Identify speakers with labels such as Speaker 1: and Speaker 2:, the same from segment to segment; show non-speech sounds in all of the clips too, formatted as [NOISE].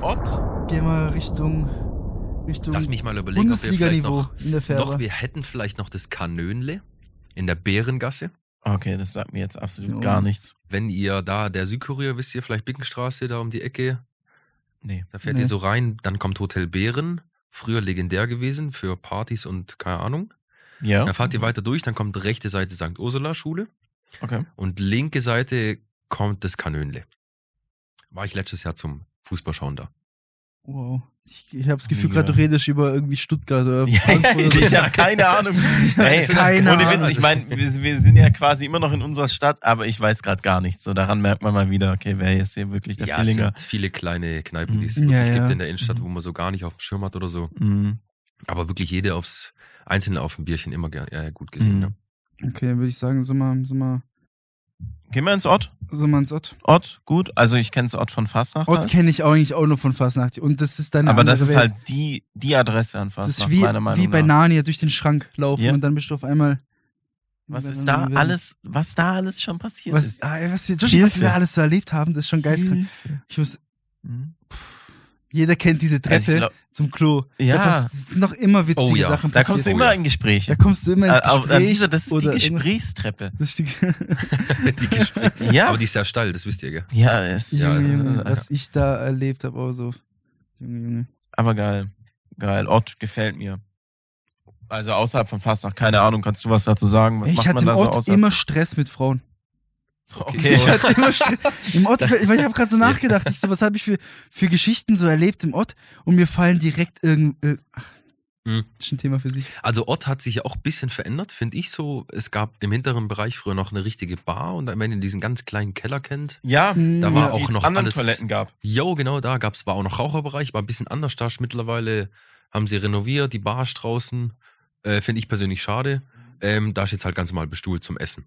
Speaker 1: Ort?
Speaker 2: Geh mal Richtung, Richtung
Speaker 3: Lass mich mal überlegen, ob wir vielleicht
Speaker 2: Bundesliga-Niveau
Speaker 3: noch,
Speaker 2: in der Fähre.
Speaker 3: doch, wir hätten vielleicht noch das Kanönle in der Bärengasse.
Speaker 1: Okay, das sagt mir jetzt absolut
Speaker 2: Ja.
Speaker 1: gar nichts.
Speaker 3: Wenn ihr da der Südkurier wisst, ihr vielleicht Bickenstraße da um die Ecke,
Speaker 1: Nee.
Speaker 3: da fährt
Speaker 2: Nee.
Speaker 3: ihr so rein, dann kommt Hotel Bären, früher legendär gewesen für Partys und keine Ahnung.
Speaker 1: Ja?
Speaker 3: Dann fahrt ihr weiter durch, dann kommt rechte Seite St. Ursula Schule
Speaker 1: Okay.
Speaker 3: und linke Seite kommt das Kanönle. War ich letztes Jahr zum Fußballschauen da.
Speaker 2: wow. Ich, ich habe das Gefühl,
Speaker 1: Mega.
Speaker 2: gerade du redest über irgendwie Stuttgart oder
Speaker 1: Ja,
Speaker 2: Frankfurt oder
Speaker 1: [LAUGHS]
Speaker 2: so.
Speaker 1: ich habe keine Ahnung.
Speaker 2: [LAUGHS]
Speaker 1: Hey,
Speaker 2: Keine
Speaker 1: ohne
Speaker 2: Ahnung.
Speaker 1: Witz, ich meine, wir, wir sind ja quasi immer noch in unserer Stadt, aber ich weiß gerade gar nichts. So daran merkt man mal wieder, okay, wer ist hier wirklich der
Speaker 3: ja, es
Speaker 1: Feelinger?
Speaker 3: sind viele kleine Kneipen, die es
Speaker 2: Mhm.
Speaker 3: wirklich
Speaker 2: Ja,
Speaker 3: gibt
Speaker 2: ja.
Speaker 3: in der Innenstadt,
Speaker 1: Mhm.
Speaker 3: wo man so gar nicht auf dem Schirm hat oder so.
Speaker 1: Mhm.
Speaker 3: Aber wirklich jede aufs Einzelne auf dem Bierchen immer gern, ja, ja, gut gesehen. ne?
Speaker 1: Mhm.
Speaker 3: Ja.
Speaker 2: Okay, dann würde ich sagen, so mal, so mal,
Speaker 1: Gehen wir ins Ort?
Speaker 2: so mal ins Ort.
Speaker 1: Ort, gut. Also ich kenne Ort von Fastnacht.
Speaker 2: Ort
Speaker 1: halt.
Speaker 2: kenne ich auch nicht, auch nur von Fastnacht. Und das ist dann eine
Speaker 1: aber das
Speaker 2: andere
Speaker 1: ist
Speaker 2: Welt.
Speaker 1: halt die, die Adresse an
Speaker 2: das
Speaker 1: Fastnacht,
Speaker 2: ist wie,
Speaker 1: meiner Meinung
Speaker 2: wie bei
Speaker 1: nach.
Speaker 2: Narnia durch den Schrank laufen
Speaker 1: Ja.
Speaker 2: und dann bist du auf einmal.
Speaker 1: Was
Speaker 2: bei
Speaker 1: ist
Speaker 2: einer
Speaker 1: da
Speaker 2: anderen Welt.
Speaker 1: alles, was da alles schon passiert
Speaker 2: Was,
Speaker 1: ist?
Speaker 2: ah, ey, was, wir- Joshi, was wir
Speaker 1: Hilfe.
Speaker 2: da alles so erlebt haben, das ist schon geistkrank.
Speaker 1: Hilfe.
Speaker 2: Ich muss,
Speaker 1: Mhm.
Speaker 2: jeder kennt diese Treppe
Speaker 1: Also ich glaub,
Speaker 2: zum Klo.
Speaker 1: Ja.
Speaker 2: Da pass- sind noch immer witzige
Speaker 3: Oh ja,
Speaker 2: Sachen
Speaker 1: da kommst du
Speaker 2: passiert.
Speaker 1: immer
Speaker 3: ja.
Speaker 1: in Gespräche.
Speaker 2: da kommst du immer ins
Speaker 1: Ah,
Speaker 2: Gespräch.
Speaker 1: ah, an dieser, das ist die
Speaker 2: oder irgendwas-
Speaker 1: Gesprächstreppe.
Speaker 2: Das ist die,
Speaker 3: [LAUGHS] die Gespräche.
Speaker 1: [LAUGHS] Ja.
Speaker 3: Aber die ist ja steil, das wisst ihr, gell?
Speaker 1: ja, es, äh,
Speaker 2: [LAUGHS]
Speaker 3: Ja,
Speaker 2: Junge,
Speaker 3: ja,
Speaker 2: Junge,
Speaker 3: ja.
Speaker 2: was ich da erlebt habe, aber so. Junge, Junge.
Speaker 1: aber geil. Geil. Ort gefällt mir. Also außerhalb von Fastnacht, keine Ahnung, kannst du was dazu sagen? Was
Speaker 2: ich
Speaker 1: macht
Speaker 2: hatte
Speaker 1: man
Speaker 2: im
Speaker 1: da so
Speaker 2: Ort
Speaker 1: außerhalb?
Speaker 2: immer Stress mit Frauen.
Speaker 3: [LAUGHS]
Speaker 1: okay.
Speaker 2: Ich hatte immer Stress. Im Ort, weil ich habe gerade so nachgedacht, ich so, was habe ich für, für Geschichten so erlebt im Ort und mir fallen direkt irgend. Äh, ach,
Speaker 3: Mhm.
Speaker 2: das ist ein Thema für sich.
Speaker 3: Also Ort hat sich ja auch ein bisschen verändert, finde ich so. Es gab im hinteren Bereich früher noch eine richtige Bar und wenn ihr diesen ganz kleinen Keller kennt.
Speaker 1: [LAUGHS] Ja,
Speaker 2: Hm. Da
Speaker 1: wo
Speaker 2: war
Speaker 1: es
Speaker 3: auch
Speaker 1: die
Speaker 3: noch
Speaker 1: anderen
Speaker 3: alles-
Speaker 1: Toiletten gab.
Speaker 3: Jo, genau, da gab's war auch noch Raucherbereich, war ein bisschen anders. Da ist mittlerweile haben sie renoviert, die Bar ist draußen. Äh, finde ich persönlich schade. Ähm, da ist jetzt halt ganz normal bestuhlt zum Essen.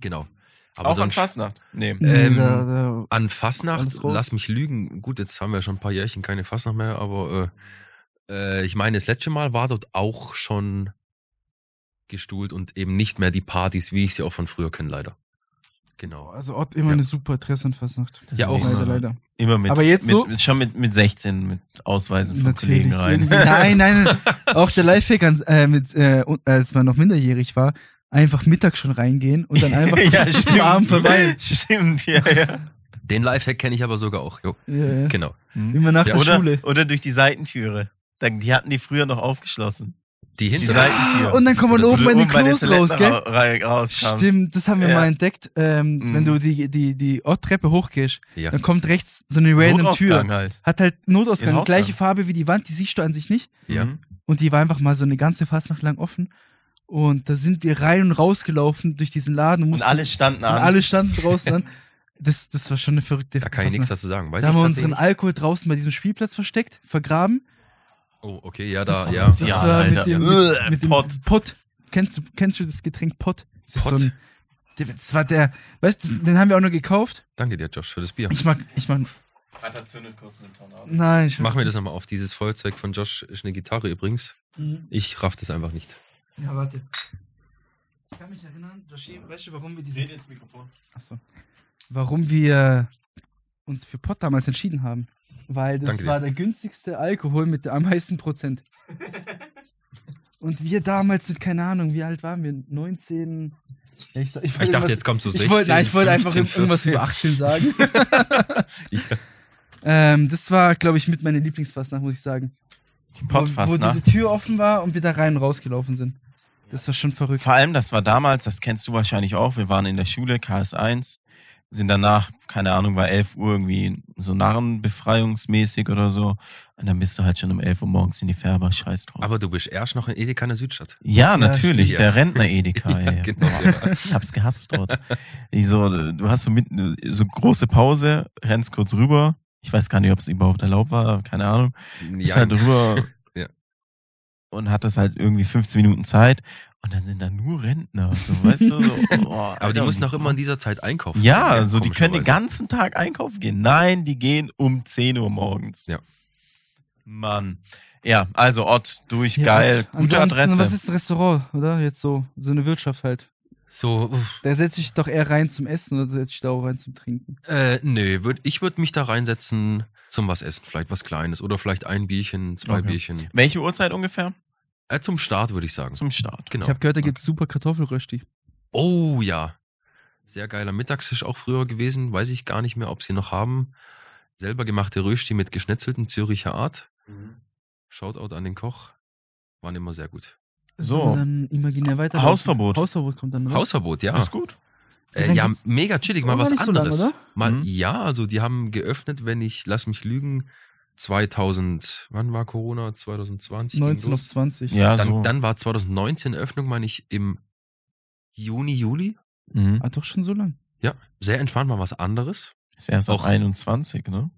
Speaker 3: Genau. Aber
Speaker 1: auch an
Speaker 3: sonst-
Speaker 1: Fastnacht. Nee.
Speaker 3: Ähm,
Speaker 2: da, da,
Speaker 3: An Fasnacht,
Speaker 2: Alles raus.
Speaker 3: lass mich lügen. Gut, jetzt haben wir schon ein paar Jährchen keine Fasnacht mehr, aber äh, äh, ich meine, das letzte Mal war dort auch schon gestuhlt und eben nicht mehr die Partys, wie ich sie auch von früher kenne, leider. Genau.
Speaker 2: also Ort immer
Speaker 3: Ja.
Speaker 2: eine super Adresse an Fastnacht.
Speaker 3: Ja, auch.
Speaker 2: Leider,
Speaker 3: Nein.
Speaker 2: leider.
Speaker 1: Immer mit,
Speaker 2: Aber jetzt
Speaker 1: mit,
Speaker 2: so-
Speaker 1: schon mit, mit 16 mit Ausweisen Also von Kollegen rein.
Speaker 2: irgendwie. Nein, nein, nein. Auch der Lifehack, ans- äh, mit, äh, und- als man noch minderjährig war, einfach mittags schon reingehen [LAUGHS] und dann einfach
Speaker 1: [LAUGHS] ja,
Speaker 2: bis zum
Speaker 1: stimmt.
Speaker 2: Abend vorbei.
Speaker 1: [LAUGHS] Stimmt, ja, ja.
Speaker 3: Den Lifehack kenne ich aber sogar auch, jo.
Speaker 2: Ja, ja.
Speaker 3: Genau.
Speaker 2: Immer nach
Speaker 3: Ja,
Speaker 2: der
Speaker 1: oder,
Speaker 2: Hm. Schule.
Speaker 1: oder durch die Seitentüre. Da- Die hatten die früher noch aufgeschlossen.
Speaker 3: Die
Speaker 1: Die
Speaker 3: hintere.
Speaker 1: Seitentür.
Speaker 2: Und dann kommt man
Speaker 3: Oder
Speaker 2: oben
Speaker 1: Wo du
Speaker 2: in den
Speaker 1: oben bei der
Speaker 2: Klos raus, gell?
Speaker 1: Toilettenrei- rauskommst.
Speaker 2: Stimmt, das haben wir
Speaker 1: Ah, Ja.
Speaker 2: mal entdeckt. Ähm,
Speaker 1: Mhm.
Speaker 2: Wenn du die, die, die Orttreppe hochgehst,
Speaker 3: ja.
Speaker 2: dann kommt rechts so eine random
Speaker 1: Notausgang
Speaker 2: Tür.
Speaker 1: halt.
Speaker 2: Hat halt
Speaker 1: Den
Speaker 2: Notausgang,
Speaker 1: Hausgang.
Speaker 2: gleiche Farbe wie die Wand, die siehst du an sich nicht.
Speaker 3: Ja.
Speaker 1: Mhm.
Speaker 2: Und die war einfach mal so eine ganze Fastnacht lang offen. Und da sind wir rein und rausgelaufen durch diesen Laden.
Speaker 1: Und
Speaker 2: mussten-
Speaker 1: alle standen
Speaker 2: und
Speaker 1: an.
Speaker 2: alle standen draußen an. Das, das war schon eine verrückte
Speaker 3: Da kann ich nichts
Speaker 2: Fastnacht.
Speaker 3: dazu sagen. Weiß
Speaker 2: Da
Speaker 3: ich
Speaker 2: haben wir unseren
Speaker 3: tatsächlich
Speaker 2: Alkohol draußen bei diesem Spielplatz versteckt, vergraben.
Speaker 3: Oh, okay, ja, da,
Speaker 2: das,
Speaker 3: ja.
Speaker 2: Das
Speaker 3: ja. Äh,
Speaker 2: war
Speaker 1: Alter.
Speaker 2: mit dem,
Speaker 1: Uah,
Speaker 2: mit, mit dem
Speaker 1: Pott.
Speaker 2: Pott. Kennst, du, kennst du das Getränk Pott? Das ist
Speaker 3: Pott?
Speaker 2: So ein, der- das war der, weißt du, den haben wir auch nur gekauft.
Speaker 3: Danke dir, Josh, für das Bier.
Speaker 2: Ich mag, ich mag,
Speaker 1: Alter, zündet kurz einen Tornado.
Speaker 2: nein. Ich
Speaker 3: Mach mir das nochmal auf. Dieses Feuerzeug von Josh ist eine Gitarre übrigens. Ich raff das einfach nicht.
Speaker 2: Mhm. Ja, warte. Ich kann mich erinnern, Joshi, weißt du, warum wir diesen,
Speaker 1: ins Mikrofon.
Speaker 2: achso, warum wir uns für Pott damals entschieden haben? Weil das
Speaker 3: Danke dir.
Speaker 2: war der günstigste Alkohol mit der am meisten Prozent. Und wir damals mit, keine Ahnung, wie alt waren wir? 19. Ja, ich, sag- ich, wollte
Speaker 3: Ich dachte,
Speaker 2: irgendwas-
Speaker 3: jetzt kommt so 16.
Speaker 2: ich wollte, nein, ich wollte
Speaker 3: 15,
Speaker 2: einfach irgendwas
Speaker 3: 14.
Speaker 2: über 18 sagen. [LAUGHS]
Speaker 3: Ja.
Speaker 2: ähm, das war, glaube ich, mit meiner Lieblingsfastnacht, muss ich sagen.
Speaker 1: Die ne?
Speaker 2: Wo, wo
Speaker 1: Pottfassnacht.
Speaker 2: diese Tür offen war und wir da rein und rausgelaufen sind. Das war schon verrückt.
Speaker 1: Vor allem, das war damals, das kennst du wahrscheinlich auch, wir waren in der Schule, KS1, sind danach, keine Ahnung, war 11 Uhr irgendwie so narrenbefreiungsmäßig oder so. Und dann bist du halt schon um 11 Uhr morgens in die Färber, scheiß drauf.
Speaker 3: Aber du bist erst noch in Edeka in der Südstadt.
Speaker 1: ja, natürlich,
Speaker 3: stimmt, ja.
Speaker 1: der Rentner Edeka.
Speaker 3: [LAUGHS] Ja,
Speaker 1: ey.
Speaker 3: genau,
Speaker 1: Boah,
Speaker 3: ja.
Speaker 1: Ich hab's gehasst dort. Ich so, du hast so, mit, so große Pause, rennst kurz rüber. Ich weiß gar nicht, ob es überhaupt erlaubt war, keine Ahnung. ist
Speaker 3: Ja,
Speaker 1: halt rüber
Speaker 3: [LAUGHS] Ja.
Speaker 1: und hat das halt irgendwie 15 Minuten Zeit und dann sind da nur Rentner, so weißt du.
Speaker 3: [LAUGHS]
Speaker 1: So, oh,
Speaker 3: aber die
Speaker 1: Alter,
Speaker 3: mussten auch
Speaker 1: wie-
Speaker 3: immer in dieser Zeit einkaufen.
Speaker 1: Ja, so die können den
Speaker 3: komischerweise.
Speaker 1: ganzen Tag einkaufen gehen. Nein, die gehen um 10 Uhr morgens.
Speaker 3: Ja.
Speaker 1: Mann. Ja, also Ort durch,
Speaker 2: Ja,
Speaker 1: geil,
Speaker 2: und
Speaker 1: gute
Speaker 2: ansonsten,
Speaker 1: Adresse.
Speaker 2: Was ist ein Restaurant, oder? Jetzt so, so eine Wirtschaft halt.
Speaker 3: So, uff.
Speaker 2: Da setze ich doch eher rein zum Essen oder setze ich da auch rein zum Trinken?
Speaker 3: äh, nee, würd, ich würde mich da reinsetzen zum was essen, vielleicht was Kleines oder vielleicht ein Bierchen, zwei
Speaker 1: Okay.
Speaker 3: Bierchen.
Speaker 1: Welche Uhrzeit ungefähr?
Speaker 3: Äh, zum Start würde ich sagen.
Speaker 1: Zum Start.
Speaker 3: genau.
Speaker 2: Ich habe gehört, da gibt's super Kartoffelrösti.
Speaker 3: Oh ja. Sehr geiler Mittagstisch auch früher gewesen. Weiß ich gar nicht mehr, ob sie noch haben. Selber gemachte Rösti mit geschnetzeltem Züricher Art.
Speaker 1: Mhm.
Speaker 3: Shoutout an den Koch. Waren immer sehr gut.
Speaker 1: So.
Speaker 2: Sollen wir Dann imaginär weiter.
Speaker 1: Ah, Hausverbot.
Speaker 2: Genau,
Speaker 1: Ah.
Speaker 2: Hausverbot kommt dann. oder?
Speaker 3: Hausverbot, ja.
Speaker 1: Mhm. Ist gut.
Speaker 3: Äh,
Speaker 2: Dann
Speaker 3: ja,
Speaker 2: gibt's-
Speaker 3: mega chillig.
Speaker 2: gibt's
Speaker 3: Mal
Speaker 2: auch
Speaker 3: was
Speaker 2: noch nicht so lange,
Speaker 3: anderes.
Speaker 2: oder?
Speaker 3: mal,
Speaker 1: Mhm.
Speaker 3: Ja, also die haben geöffnet, wenn ich, lass mich lügen, 2000, wann war Corona? 2020? ging
Speaker 2: 19 auf also
Speaker 3: los.
Speaker 2: 20.
Speaker 1: Ja,
Speaker 3: Dann,
Speaker 1: so.
Speaker 3: dann war 2019 Öffnung, meine ich, im Juni, Juli.
Speaker 1: mhm.
Speaker 2: Ah, doch schon so lang.
Speaker 3: Ja, sehr entspannt, mal was anderes.
Speaker 1: Ist erst auch
Speaker 3: Auch-
Speaker 1: 21,
Speaker 2: [LAUGHS]
Speaker 1: ne?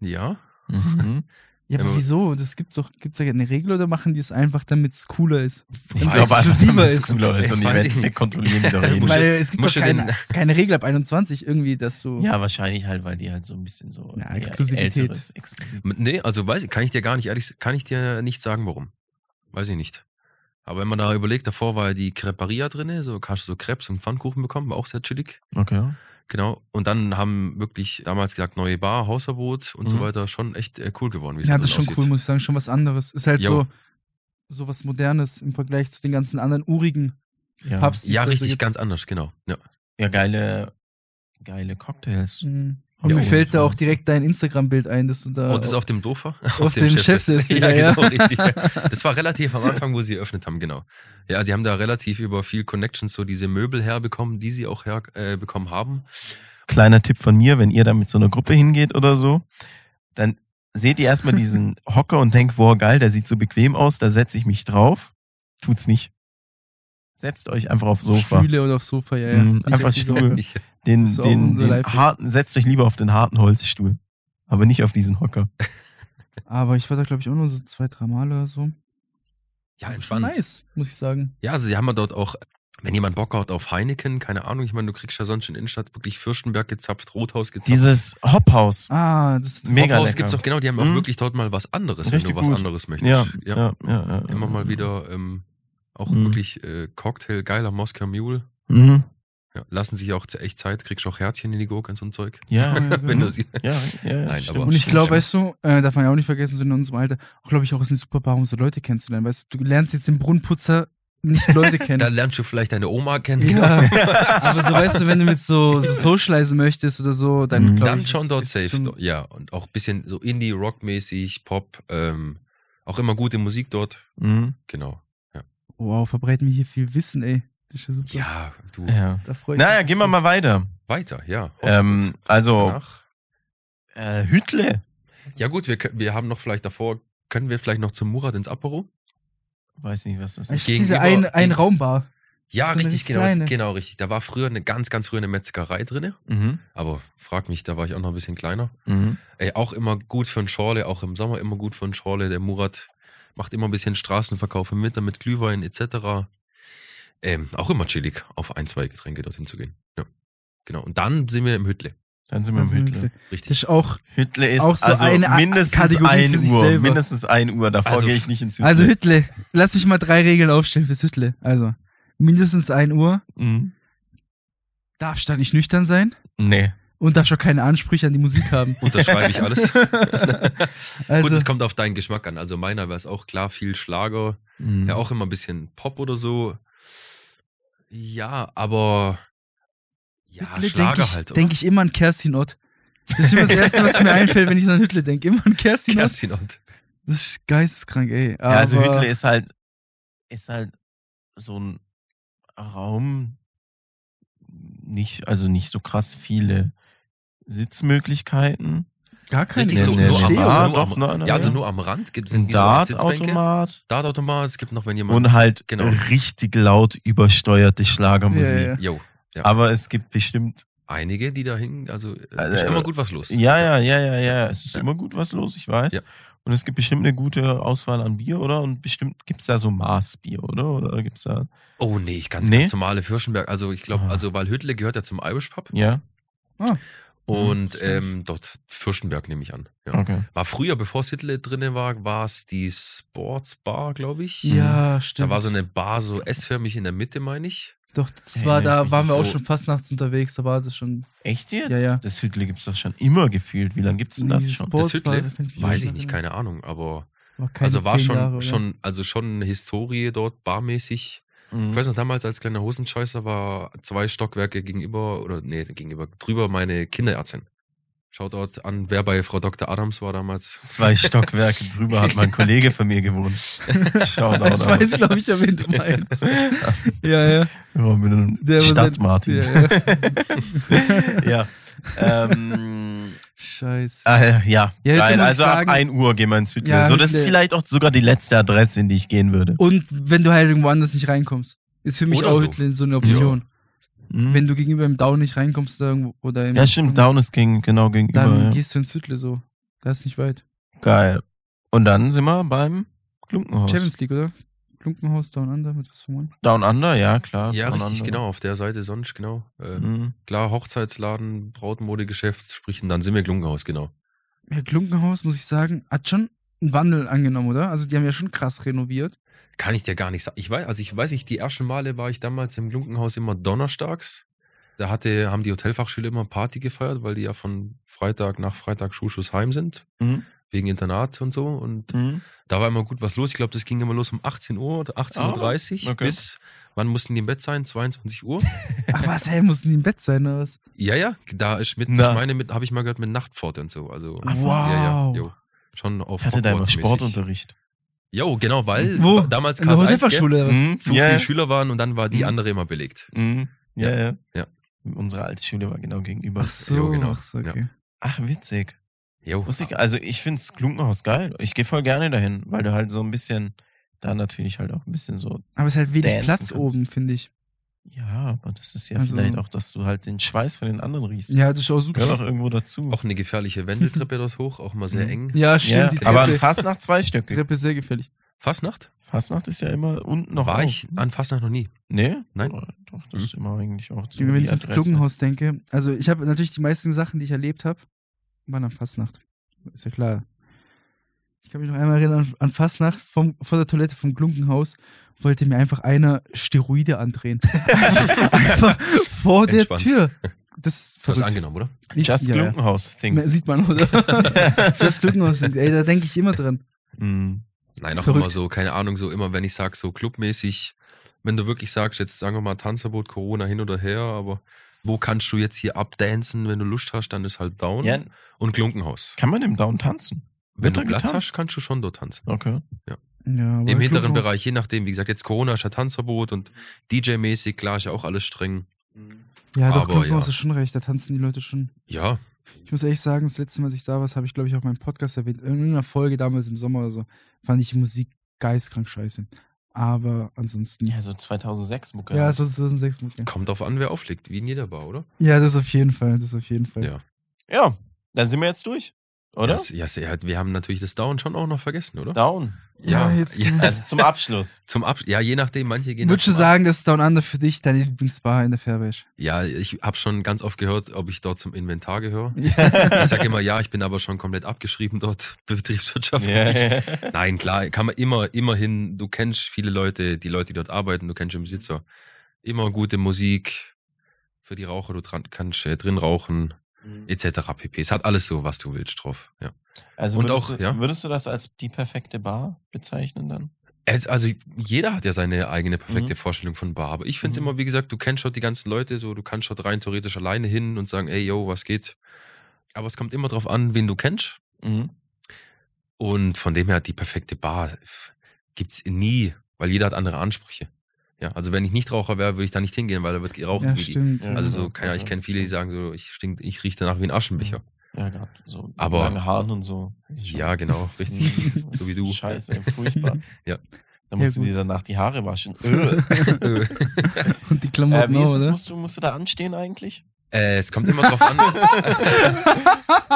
Speaker 3: Ja.
Speaker 1: Mhm.
Speaker 2: Ja, aber
Speaker 3: aber-
Speaker 2: wieso? Das gibt's doch, gibt's da eine Regel oder machen die es einfach, damit's cooler ist?
Speaker 1: Ich
Speaker 3: Weiß
Speaker 1: glaube,
Speaker 2: ich.
Speaker 1: einfach,
Speaker 2: Inklusiver
Speaker 1: damit's
Speaker 2: ist.
Speaker 1: cooler ist und die
Speaker 3: Weiß ich.
Speaker 1: Endeffekt kontrollieren die doch eh
Speaker 3: Muss-
Speaker 1: nicht.
Speaker 2: [LAUGHS] Weil es gibt doch
Speaker 3: muss ich
Speaker 2: keine,
Speaker 3: denn-
Speaker 2: keine Regel ab 21 irgendwie, dass du.
Speaker 1: Ja, wahrscheinlich halt, weil die halt so ein bisschen so
Speaker 2: Ja,
Speaker 1: eher
Speaker 2: Exklusivität.
Speaker 1: älteres, exklusiv.
Speaker 3: Nee, also weiß ich, kann ich dir gar nicht, ehrlich, kann ich dir nicht sagen, warum. Weiß ich nicht. Aber wenn man da überlegt, davor war ja die Creperia drinne, so kannst du so Krebs und Pfannkuchen bekommen, war auch sehr chillig.
Speaker 1: Okay.
Speaker 3: Genau. Und dann haben wirklich damals gesagt, neue Bar, Hausverbot und
Speaker 1: Mhm.
Speaker 3: so weiter, schon echt äh, cool geworden, wie es
Speaker 2: Ja,
Speaker 3: da
Speaker 2: das ist
Speaker 3: drin
Speaker 2: schon cool,
Speaker 3: aussieht.
Speaker 2: muss ich sagen. Schon was anderes. Ist halt
Speaker 3: Jo.
Speaker 2: so, so was Modernes im Vergleich zu den ganzen anderen urigen
Speaker 1: Ja,
Speaker 2: Pubs. die
Speaker 3: Ja,
Speaker 2: es da so
Speaker 3: richtig,
Speaker 2: gibt.
Speaker 3: ganz anders, genau. Ja.
Speaker 1: ja geile, geile Cocktails.
Speaker 2: Mhm.
Speaker 1: Ja,
Speaker 2: Und mir
Speaker 1: auf
Speaker 2: fällt
Speaker 1: jeden
Speaker 2: da
Speaker 1: Fall.
Speaker 2: auch direkt dein Instagram-Bild ein, dass du da.
Speaker 3: Und
Speaker 2: [LAUGHS]
Speaker 3: das auf dem Dofa? Auf,
Speaker 2: dem Chefsessel,
Speaker 3: [LAUGHS] ja,
Speaker 2: ja,
Speaker 3: genau,
Speaker 2: ja.
Speaker 3: richtig.
Speaker 2: [LAUGHS]
Speaker 3: [LAUGHS] Das war relativ am Anfang, wo sie eröffnet haben, genau. Ja, die haben da relativ über viel Connections so diese Möbel herbekommen, die sie auch herbekommen äh, bekommen haben.
Speaker 1: Kleiner Tipp von mir, wenn ihr da mit so einer Gruppe hingeht oder so, dann seht ihr
Speaker 3: [LAUGHS]
Speaker 1: erstmal diesen Hocker und denkt, boah, geil, der sieht so bequem aus, da setze ich mich drauf. Tut's nicht. Setzt euch einfach aufs Sofa.
Speaker 2: Stühle oder auf Sofa, ja, ja.
Speaker 1: Mhm,
Speaker 2: Nicht
Speaker 1: einfach
Speaker 2: auf diese
Speaker 1: Stühle.
Speaker 2: Orte.
Speaker 3: Ich,
Speaker 1: Den,
Speaker 2: Ist auch
Speaker 1: den,
Speaker 2: unser
Speaker 1: den
Speaker 2: Leibweg.
Speaker 1: harten, setzt euch lieber auf den harten Holzstuhl. Aber nicht auf diesen Hocker.
Speaker 2: Aber ich war da, glaube ich, auch nur so zwei, drei Mal oder so.
Speaker 3: ja,
Speaker 2: Schon
Speaker 3: entspannt.
Speaker 2: nice, muss ich sagen.
Speaker 3: Ja, also sie haben ja dort auch, wenn jemand Bock hat auf Heineken, keine Ahnung, ich meine, du kriegst ja sonst in Innenstadt wirklich Fürstenberg gezapft, Rothaus gezapft.
Speaker 1: Dieses Hophaus.
Speaker 2: Ah,
Speaker 3: [LAUGHS]
Speaker 2: das ist
Speaker 1: Mega
Speaker 3: Hophaus
Speaker 1: lecker.
Speaker 3: gibt's auch, genau, die haben
Speaker 1: Mhm.
Speaker 3: auch wirklich dort mal was anderes,
Speaker 1: Richtig
Speaker 3: wenn du was
Speaker 1: gut.
Speaker 3: anderes möchtest.
Speaker 1: Ja, ja, ja, ja, ja.
Speaker 3: Immer
Speaker 2: Ah.
Speaker 3: mal wieder ähm, auch
Speaker 1: Mhm.
Speaker 3: wirklich äh, Cocktail, geiler Moskau Mule. [LAUGHS]
Speaker 1: Mhm.
Speaker 3: Ja, lassen sich auch zu echt Zeit, kriegst auch Herzchen in die Gurke und so ein Zeug.
Speaker 1: Ja,
Speaker 2: Ja, genau.
Speaker 3: Wenn du sie,
Speaker 1: ja, ja. ja
Speaker 3: Nein,
Speaker 1: stimmt.
Speaker 3: aber-
Speaker 2: Und ich
Speaker 3: Stimmt,
Speaker 2: glaube,
Speaker 3: stimmt.
Speaker 2: weißt du, äh, darf man ja auch nicht vergessen, so in unserem Alter, glaube ich, auch ist eine super Bar, um so Leute kennenzulernen. Weißt du, du lernst jetzt den Brunnenputzer
Speaker 3: [LAUGHS]
Speaker 2: nicht Leute kennen.
Speaker 3: [LAUGHS] da lernst du vielleicht deine Oma kennen. genau.
Speaker 2: Ja. Aber so, weißt du, wenn du mit
Speaker 3: [LAUGHS]
Speaker 2: so, so socializen möchtest oder so,
Speaker 1: Mhm.
Speaker 2: dann [LAUGHS] glaub
Speaker 3: Dann
Speaker 2: ich,
Speaker 3: schon
Speaker 2: ist-
Speaker 3: dort
Speaker 2: ist
Speaker 3: safe.
Speaker 2: schon-
Speaker 3: do- Ja, und auch ein bisschen so Indie-Rock-mäßig, Pop, ähm, auch immer gute Musik dort.
Speaker 1: Mhm.
Speaker 3: Genau.
Speaker 2: Wow, verbreiten wir hier viel Wissen, ey. Das ist ja super.
Speaker 3: Ja, du
Speaker 1: Ja.
Speaker 2: Da freue ich
Speaker 1: Naja,
Speaker 2: mich.
Speaker 1: gehen wir mal weiter.
Speaker 3: weiter, ja.
Speaker 1: Ähm,
Speaker 2: oh.
Speaker 1: also,
Speaker 3: Danach.
Speaker 1: äh, Hütle.
Speaker 3: Ja, gut, wir, kö- wir haben noch vielleicht davor, können wir vielleicht noch zum Murat ins Apero?
Speaker 1: Weiß nicht, was das ist.
Speaker 2: Eigentlich ist diese
Speaker 3: gegenüber-
Speaker 2: ein, ein
Speaker 3: gegen-
Speaker 2: Raumbar. So
Speaker 3: Ja,
Speaker 2: eine
Speaker 3: richtig,
Speaker 2: richtig
Speaker 3: genau,
Speaker 2: kleine.
Speaker 3: genau, richtig. Da war früher eine ganz, ganz früher eine Metzgerei drinne. Aber frag mich, da war ich auch noch ein bisschen kleiner.
Speaker 1: Mhm.
Speaker 3: Ey, auch immer gut für einen Schorle, auch im Sommer immer gut für einen Schorle. Der Murat macht immer ein bisschen Straßenverkaufe mit, damit Glühwein etc. Ähm, auch immer chillig, auf ein, zwei Getränke dorthin zu gehen. Ja. Genau. Und dann sind wir im Hütle.
Speaker 1: Dann sind wir
Speaker 2: Also Das
Speaker 1: im Hütle.
Speaker 3: Richtig.
Speaker 2: ist auch.
Speaker 1: Hütle ist
Speaker 2: Auch so
Speaker 1: also
Speaker 2: eine A-
Speaker 1: mindestens
Speaker 2: Kategorie für
Speaker 1: 1
Speaker 2: sich
Speaker 1: Uhr.
Speaker 2: selber.
Speaker 1: Mindestens 1 Uhr. Davor
Speaker 3: Also-
Speaker 1: gehe ich nicht ins Hütle.
Speaker 2: Also Hütle, lass mich mal drei Regeln aufstellen fürs Hütle. Also, mindestens 1 Uhr,
Speaker 1: Mhm.
Speaker 2: darfst da nicht nüchtern sein
Speaker 1: Nee.
Speaker 2: und darfst auch keine Ansprüche an die Musik haben.
Speaker 3: Unterschreibe
Speaker 2: [LAUGHS]
Speaker 3: ich alles.
Speaker 2: Also,
Speaker 3: [LAUGHS] Gut, es kommt auf deinen Geschmack an. Also meiner wäre es auch klar, viel Schlager.
Speaker 1: Mhm.
Speaker 3: Ja, auch immer ein bisschen Pop oder so. Ja, aber ja,
Speaker 2: Hüttle denke
Speaker 3: Schlager
Speaker 2: ich,
Speaker 3: halt. oder?
Speaker 2: denk ich immer an Kerstin Ott. Das ist immer das Erste, was mir einfällt, wenn ich an Hütle denke. Immer an Kerstin, Ott.
Speaker 3: Kerstin und
Speaker 2: Das ist geisteskrank, ey.
Speaker 1: Ja, also
Speaker 2: Aber-
Speaker 1: Hütle ist halt, ist halt so ein Raum, nicht, also nicht so krass viele Sitzmöglichkeiten.
Speaker 2: Gar keine.
Speaker 3: Richtig so,
Speaker 1: Nee, nee,
Speaker 3: nur, am,
Speaker 1: nee.
Speaker 3: Rand,
Speaker 1: Doch,
Speaker 3: nur,
Speaker 1: nur
Speaker 3: am,
Speaker 1: einer,
Speaker 3: ja, also
Speaker 1: ne? ja.
Speaker 3: nur am Rand gibt es
Speaker 1: Ein Dartautomat
Speaker 3: Dartautomat, es gibt noch, wenn jemand.
Speaker 1: und halt
Speaker 3: genau.
Speaker 1: richtig laut übersteuerte Schlagermusik.
Speaker 2: Ja, ja, ja.
Speaker 3: [LAUGHS] Jo, ja.
Speaker 1: Aber es gibt bestimmt
Speaker 3: einige, die da hingen, also äh,
Speaker 1: Also,
Speaker 3: ist
Speaker 1: äh,
Speaker 3: immer gut was los.
Speaker 1: Ja, ja, ja, ja, ja. Es ist
Speaker 3: Ja.
Speaker 1: immer gut was los, ich weiß.
Speaker 3: Ja.
Speaker 1: Und es gibt bestimmt eine gute Auswahl an Bier, oder? Und bestimmt gibt's da so Maßbier, oder? Oder gibt's da.
Speaker 3: Oh nee, ich ganz,
Speaker 1: Nee?
Speaker 3: ganz normale Fürstenberg. Also ich glaube,
Speaker 1: Ah.
Speaker 3: also weil Hüttle gehört ja zum Irish Pub
Speaker 1: Ja?
Speaker 3: und
Speaker 1: stimmt.
Speaker 3: ähm, dort Fürstenberg nehme ich an. Ja.
Speaker 1: Okay.
Speaker 3: War früher, bevor es Hüttle drinne war, war es die Sportsbar, glaube ich.
Speaker 2: Ja, stimmt.
Speaker 3: Mhm. Da war so eine Bar so S-förmig in der Mitte, meine ich.
Speaker 2: Doch, das
Speaker 1: Ey,
Speaker 2: war,
Speaker 1: Mensch,
Speaker 2: da
Speaker 1: mich
Speaker 2: waren wir auch
Speaker 1: so-
Speaker 2: schon fast nachts unterwegs, da war das schon.
Speaker 1: Echt jetzt?
Speaker 2: Ja, ja.
Speaker 1: Das Hüttle gibt's doch schon immer gefühlt. Wie lange gibt's denn das
Speaker 2: Dieses
Speaker 1: schon?
Speaker 2: Bo-
Speaker 3: Das
Speaker 2: Sports war-
Speaker 3: Hütle?
Speaker 2: kann ich mich
Speaker 3: Weiß
Speaker 2: nicht
Speaker 3: ich nicht,
Speaker 2: erinnern.
Speaker 3: keine Ahnung, aber
Speaker 2: War keine
Speaker 3: also war
Speaker 2: 10
Speaker 3: schon,
Speaker 2: Jahre, oder?
Speaker 3: schon, also schon eine Historie dort barmäßig.
Speaker 1: Mhm.
Speaker 3: Ich weiß noch, damals als kleiner Hosenscheißer war zwei Stockwerke gegenüber, oder nee, gegenüber, drüber meine Kinderärztin. Shoutout an, wer bei Frau Dr. Adams war damals.
Speaker 1: Zwei Stockwerke drüber hat
Speaker 2: [LAUGHS]
Speaker 1: mein Kollege von mir gewohnt. Shoutout
Speaker 2: [LAUGHS] Ich
Speaker 1: an-
Speaker 2: weiß, glaube ich, ja, wen
Speaker 1: [LAUGHS]
Speaker 2: du meinst. ja, ja.
Speaker 1: Robin
Speaker 2: Der, wo sein-
Speaker 1: Stadt-Martin.
Speaker 2: ja, ja.
Speaker 1: [LAUGHS] ja. Ähm,
Speaker 2: Scheiße.
Speaker 1: äh, ja,
Speaker 2: Ja, hätte
Speaker 1: geil.
Speaker 2: man
Speaker 1: Also
Speaker 2: sagen-
Speaker 1: ab 1 Uhr gehen wir ins Hütli.
Speaker 2: Ja,
Speaker 1: so, das ist
Speaker 2: Hütli.
Speaker 1: vielleicht auch sogar die letzte Adresse, in die ich gehen würde.
Speaker 2: Und wenn du halt irgendwo anders nicht reinkommst. Ist für mich
Speaker 3: Oder
Speaker 2: auch
Speaker 3: so.
Speaker 2: Hütli so eine Option.
Speaker 1: Mhm.
Speaker 2: Wenn du gegenüber im Down nicht reinkommst oder irgendwo. Oder im
Speaker 1: das stimmt, Down ist gegen, genau gegenüber.
Speaker 2: Dann
Speaker 1: ja.
Speaker 2: gehst du ins Hütli so. Das ist nicht weit.
Speaker 1: Geil. Und dann sind wir beim Klunkenhaus.
Speaker 2: Champions League, oder? Klumpenhaus, Down Under, mit was von
Speaker 1: Down Under, ja, klar.
Speaker 3: Ja,
Speaker 1: Down
Speaker 3: richtig,
Speaker 1: Under.
Speaker 3: genau, auf der Seite sonst, genau. Äh,
Speaker 1: Mhm.
Speaker 3: Klar, Hochzeitsladen, Brautmodegeschäft, sprich, und dann sind wir Glungenhaus, genau.
Speaker 2: Ja, Klunkenhaus, muss ich sagen, hat schon einen Wandel angenommen, oder? Also die haben ja schon krass renoviert.
Speaker 3: Kann ich dir gar nicht sagen. Ich weiß, also ich weiß nicht, die ersten Male war ich damals im Glunkenhaus immer donnerstags. Da hatte, haben die Hotelfachschüler immer Party gefeiert, weil die ja von Freitag nach Freitag Schulschuss heim sind,
Speaker 1: Mhm.
Speaker 3: wegen Internat und so. Und
Speaker 1: Mhm.
Speaker 3: da war immer gut was los. Ich glaube, das ging immer los um 18 Uhr oder 18.30 Uhr
Speaker 1: Ah, okay.
Speaker 3: bis, wann mussten die im Bett sein?
Speaker 1: [LAUGHS]
Speaker 3: 22 Uhr?
Speaker 2: Ach was, hey, mussten die im Bett sein, oder was?
Speaker 3: ja, ja, da ist mit,
Speaker 1: Na.
Speaker 3: ich meine, mit, habe ich mal gehört, mit Nachtfort und so. Also,
Speaker 2: Ach,
Speaker 3: ja, ja,
Speaker 2: wow.
Speaker 3: jo. Schon auf
Speaker 1: Ich hatte da immer
Speaker 3: Hogwarts-mäßig.
Speaker 1: Sportunterricht.
Speaker 3: Jo, genau, weil
Speaker 2: Wo?
Speaker 3: damals
Speaker 2: In der
Speaker 3: Klasse 1, gell?
Speaker 2: Hotelfachschule, oder was?
Speaker 1: Mhm.
Speaker 3: zu
Speaker 1: ja,
Speaker 3: viele
Speaker 1: ja.
Speaker 3: Schüler waren und dann war die
Speaker 1: Mhm.
Speaker 3: andere immer belegt.
Speaker 1: Mhm. Ja, ja,
Speaker 3: Ja.
Speaker 1: Unsere alte Schule war genau gegenüber.
Speaker 2: Ach so,
Speaker 3: Jo, genau.
Speaker 2: ach so, okay.
Speaker 1: Ach, witzig.
Speaker 3: Jo.
Speaker 1: Muss ich, also ich find's Klunkenhaus geil. Ich gehe voll gerne dahin, weil du halt so ein bisschen, da natürlich halt auch ein bisschen so,
Speaker 2: Aber es ist halt wenig
Speaker 1: Dancen
Speaker 2: Platz
Speaker 1: kannst.
Speaker 2: oben, finde ich.
Speaker 1: ja, aber das ist ja
Speaker 2: Also-
Speaker 1: vielleicht auch, dass du halt den Schweiß von den anderen riechst.
Speaker 2: Ja, das ist auch
Speaker 1: Gehört
Speaker 2: super.
Speaker 1: auch irgendwo dazu.
Speaker 3: Auch eine gefährliche Wendeltreppe dort hoch, auch mal sehr
Speaker 1: Mhm.
Speaker 3: eng.
Speaker 2: Ja, stimmt,
Speaker 1: ja,
Speaker 2: die Treppe,
Speaker 1: aber
Speaker 2: aber
Speaker 1: an Fastnacht zweistöckig.
Speaker 2: Treppe ist sehr gefährlich.
Speaker 3: Fastnacht?
Speaker 1: Fastnacht ist ja immer unten noch
Speaker 3: War
Speaker 1: auf.
Speaker 3: ich an Fastnacht noch nie.
Speaker 1: Nee?
Speaker 3: Nein.
Speaker 1: Oh, Doch, das ist immer eigentlich auch so
Speaker 2: Wenn
Speaker 1: die
Speaker 2: ich ans
Speaker 1: Adresse.
Speaker 2: Klungenhaus denke, also ich habe natürlich die meisten Sachen, die ich erlebt habe, waren an Fastnacht. Ist ja klar. Ich kann mich noch einmal erinnern an Fastnacht vom, vor der Toilette vom Klunkenhaus wollte mir einfach einer Steroide andrehen. [LAUGHS] einfach vor der
Speaker 3: Entspannt.
Speaker 2: Tür. Das ist
Speaker 3: Du hast
Speaker 2: verrückt.
Speaker 3: angenommen, oder?
Speaker 2: Ich-
Speaker 1: Just
Speaker 2: ja, ja. Ma-
Speaker 1: Klunkenhaus-Things.
Speaker 2: Sieht man,
Speaker 3: [LAUGHS]
Speaker 2: oder? das Klunkenhaus. Ey, da denke ich immer dran.
Speaker 1: Mhm.
Speaker 3: Nein, auch
Speaker 2: Verrückt.
Speaker 3: immer so, keine Ahnung, so immer, wenn ich sag, so clubmäßig, wenn du wirklich sagst, jetzt sagen wir mal Tanzverbot, Corona hin oder her, aber wo kannst du jetzt hier abdancen, wenn du Lust hast, dann ist halt Down
Speaker 1: Ja,
Speaker 3: und Glunkenhaus.
Speaker 1: kann man im Down tanzen?
Speaker 3: Wenn
Speaker 1: wird
Speaker 3: du
Speaker 1: da
Speaker 3: Platz
Speaker 1: getanzt?
Speaker 3: hast, kannst du schon dort tanzen.
Speaker 1: Okay.
Speaker 2: Ja, aber
Speaker 3: Im hinteren
Speaker 2: Klunkenhaus-
Speaker 3: Bereich, je nachdem, wie gesagt, jetzt Corona ist ja Tanzverbot und DJ-mäßig, klar, ist ja auch alles streng.
Speaker 1: Mhm.
Speaker 2: Ja, doch,
Speaker 3: Aber
Speaker 2: Klunkenhaus
Speaker 3: ja.
Speaker 2: ist schon recht. Da tanzen die Leute schon
Speaker 3: Ja,
Speaker 2: Ich muss ehrlich sagen, das letzte Mal, als ich da war, habe ich, glaube ich, auch meinen Podcast erwähnt. In irgendeiner Folge damals im Sommer oder so, fand ich die Musik geistkrank scheiße. Aber ansonsten. Ja,
Speaker 1: Ja, so 2006 Mucke.
Speaker 2: ja es ist 2006 Mucke.
Speaker 3: kommt drauf an, wer auflegt, wie in jeder Bar, oder?
Speaker 2: Ja, das auf jeden Fall, das auf jeden Fall.
Speaker 3: Ja.
Speaker 1: ja, dann sind wir jetzt durch, oder?
Speaker 3: Ja, s- Ja, sehr- ja, wir haben natürlich das Down schon auch noch vergessen, oder?
Speaker 1: Down.
Speaker 2: Ja,
Speaker 3: Ja,
Speaker 2: jetzt.
Speaker 3: ja.
Speaker 1: Also zum [LAUGHS] Abschluss.
Speaker 3: Zum Absch ja, je nachdem, manche gehen.
Speaker 2: Würdest du
Speaker 3: nach-
Speaker 2: sagen, dass Down Under für dich deine Lieblingsbar in der Fairwage?
Speaker 3: Ja, ich habe schon ganz oft gehört, ob ich dort zum Inventar gehöre. Ich sage immer ja, ich bin aber schon komplett abgeschrieben dort, [LAUGHS] betriebswirtschaftlich.
Speaker 1: [LAUGHS] Ja.
Speaker 3: Nein, klar, kann man immer, immerhin, du kennst viele Leute, die Leute, die dort arbeiten, du kennst den Besitzer. Immer gute Musik für die Raucher, du dran, kannst äh, drin rauchen,
Speaker 1: Mhm.
Speaker 3: etc. pp. Es hat alles so, was du willst drauf. Ja.
Speaker 1: Also
Speaker 3: Und
Speaker 1: würdest,
Speaker 3: auch,
Speaker 1: du,
Speaker 3: ja.
Speaker 1: würdest du das als die perfekte Bar bezeichnen dann?
Speaker 3: Es- Also jeder hat ja seine eigene perfekte
Speaker 1: Mhm.
Speaker 3: Vorstellung von Bar, aber ich finde es
Speaker 1: Mhm.
Speaker 3: immer, wie gesagt, du kennst schon die ganzen Leute, so du kannst schon rein theoretisch alleine hin und sagen, ey yo, was geht? Aber es kommt immer drauf an, wen du kennst.
Speaker 1: Mhm.
Speaker 3: Und von dem her, die perfekte Bar f- gibt's nie, weil jeder hat andere Ansprüche. Ja, also wenn ich nicht Raucher wäre, würde ich da nicht hingehen, weil da wird geraucht.
Speaker 2: ja,
Speaker 3: wie die,
Speaker 2: stimmt.
Speaker 1: Ja.
Speaker 3: also
Speaker 2: Also,
Speaker 3: so, keine Ahnung, ich kenne viele, die sagen so, ich stink, ich rieche danach wie ein Aschenbecher.
Speaker 1: Ja, gerade so
Speaker 3: Aber-
Speaker 1: lange Haaren und so.
Speaker 3: Ja, genau, richtig.
Speaker 1: [LAUGHS] Mhm.
Speaker 3: so wie du.
Speaker 1: Scheiße, furchtbar. [LAUGHS]
Speaker 3: Ja.
Speaker 1: Da musst
Speaker 2: Ja,
Speaker 1: du dir
Speaker 2: gut.
Speaker 1: danach die Haare waschen. Äh,
Speaker 2: [LAUGHS] Und die
Speaker 1: äh,
Speaker 2: Klamotten
Speaker 1: wie
Speaker 2: auch,
Speaker 1: ist es?
Speaker 2: oder?
Speaker 1: Musst du, musst du da anstehen eigentlich?
Speaker 3: [LAUGHS] Äh, es kommt immer drauf an.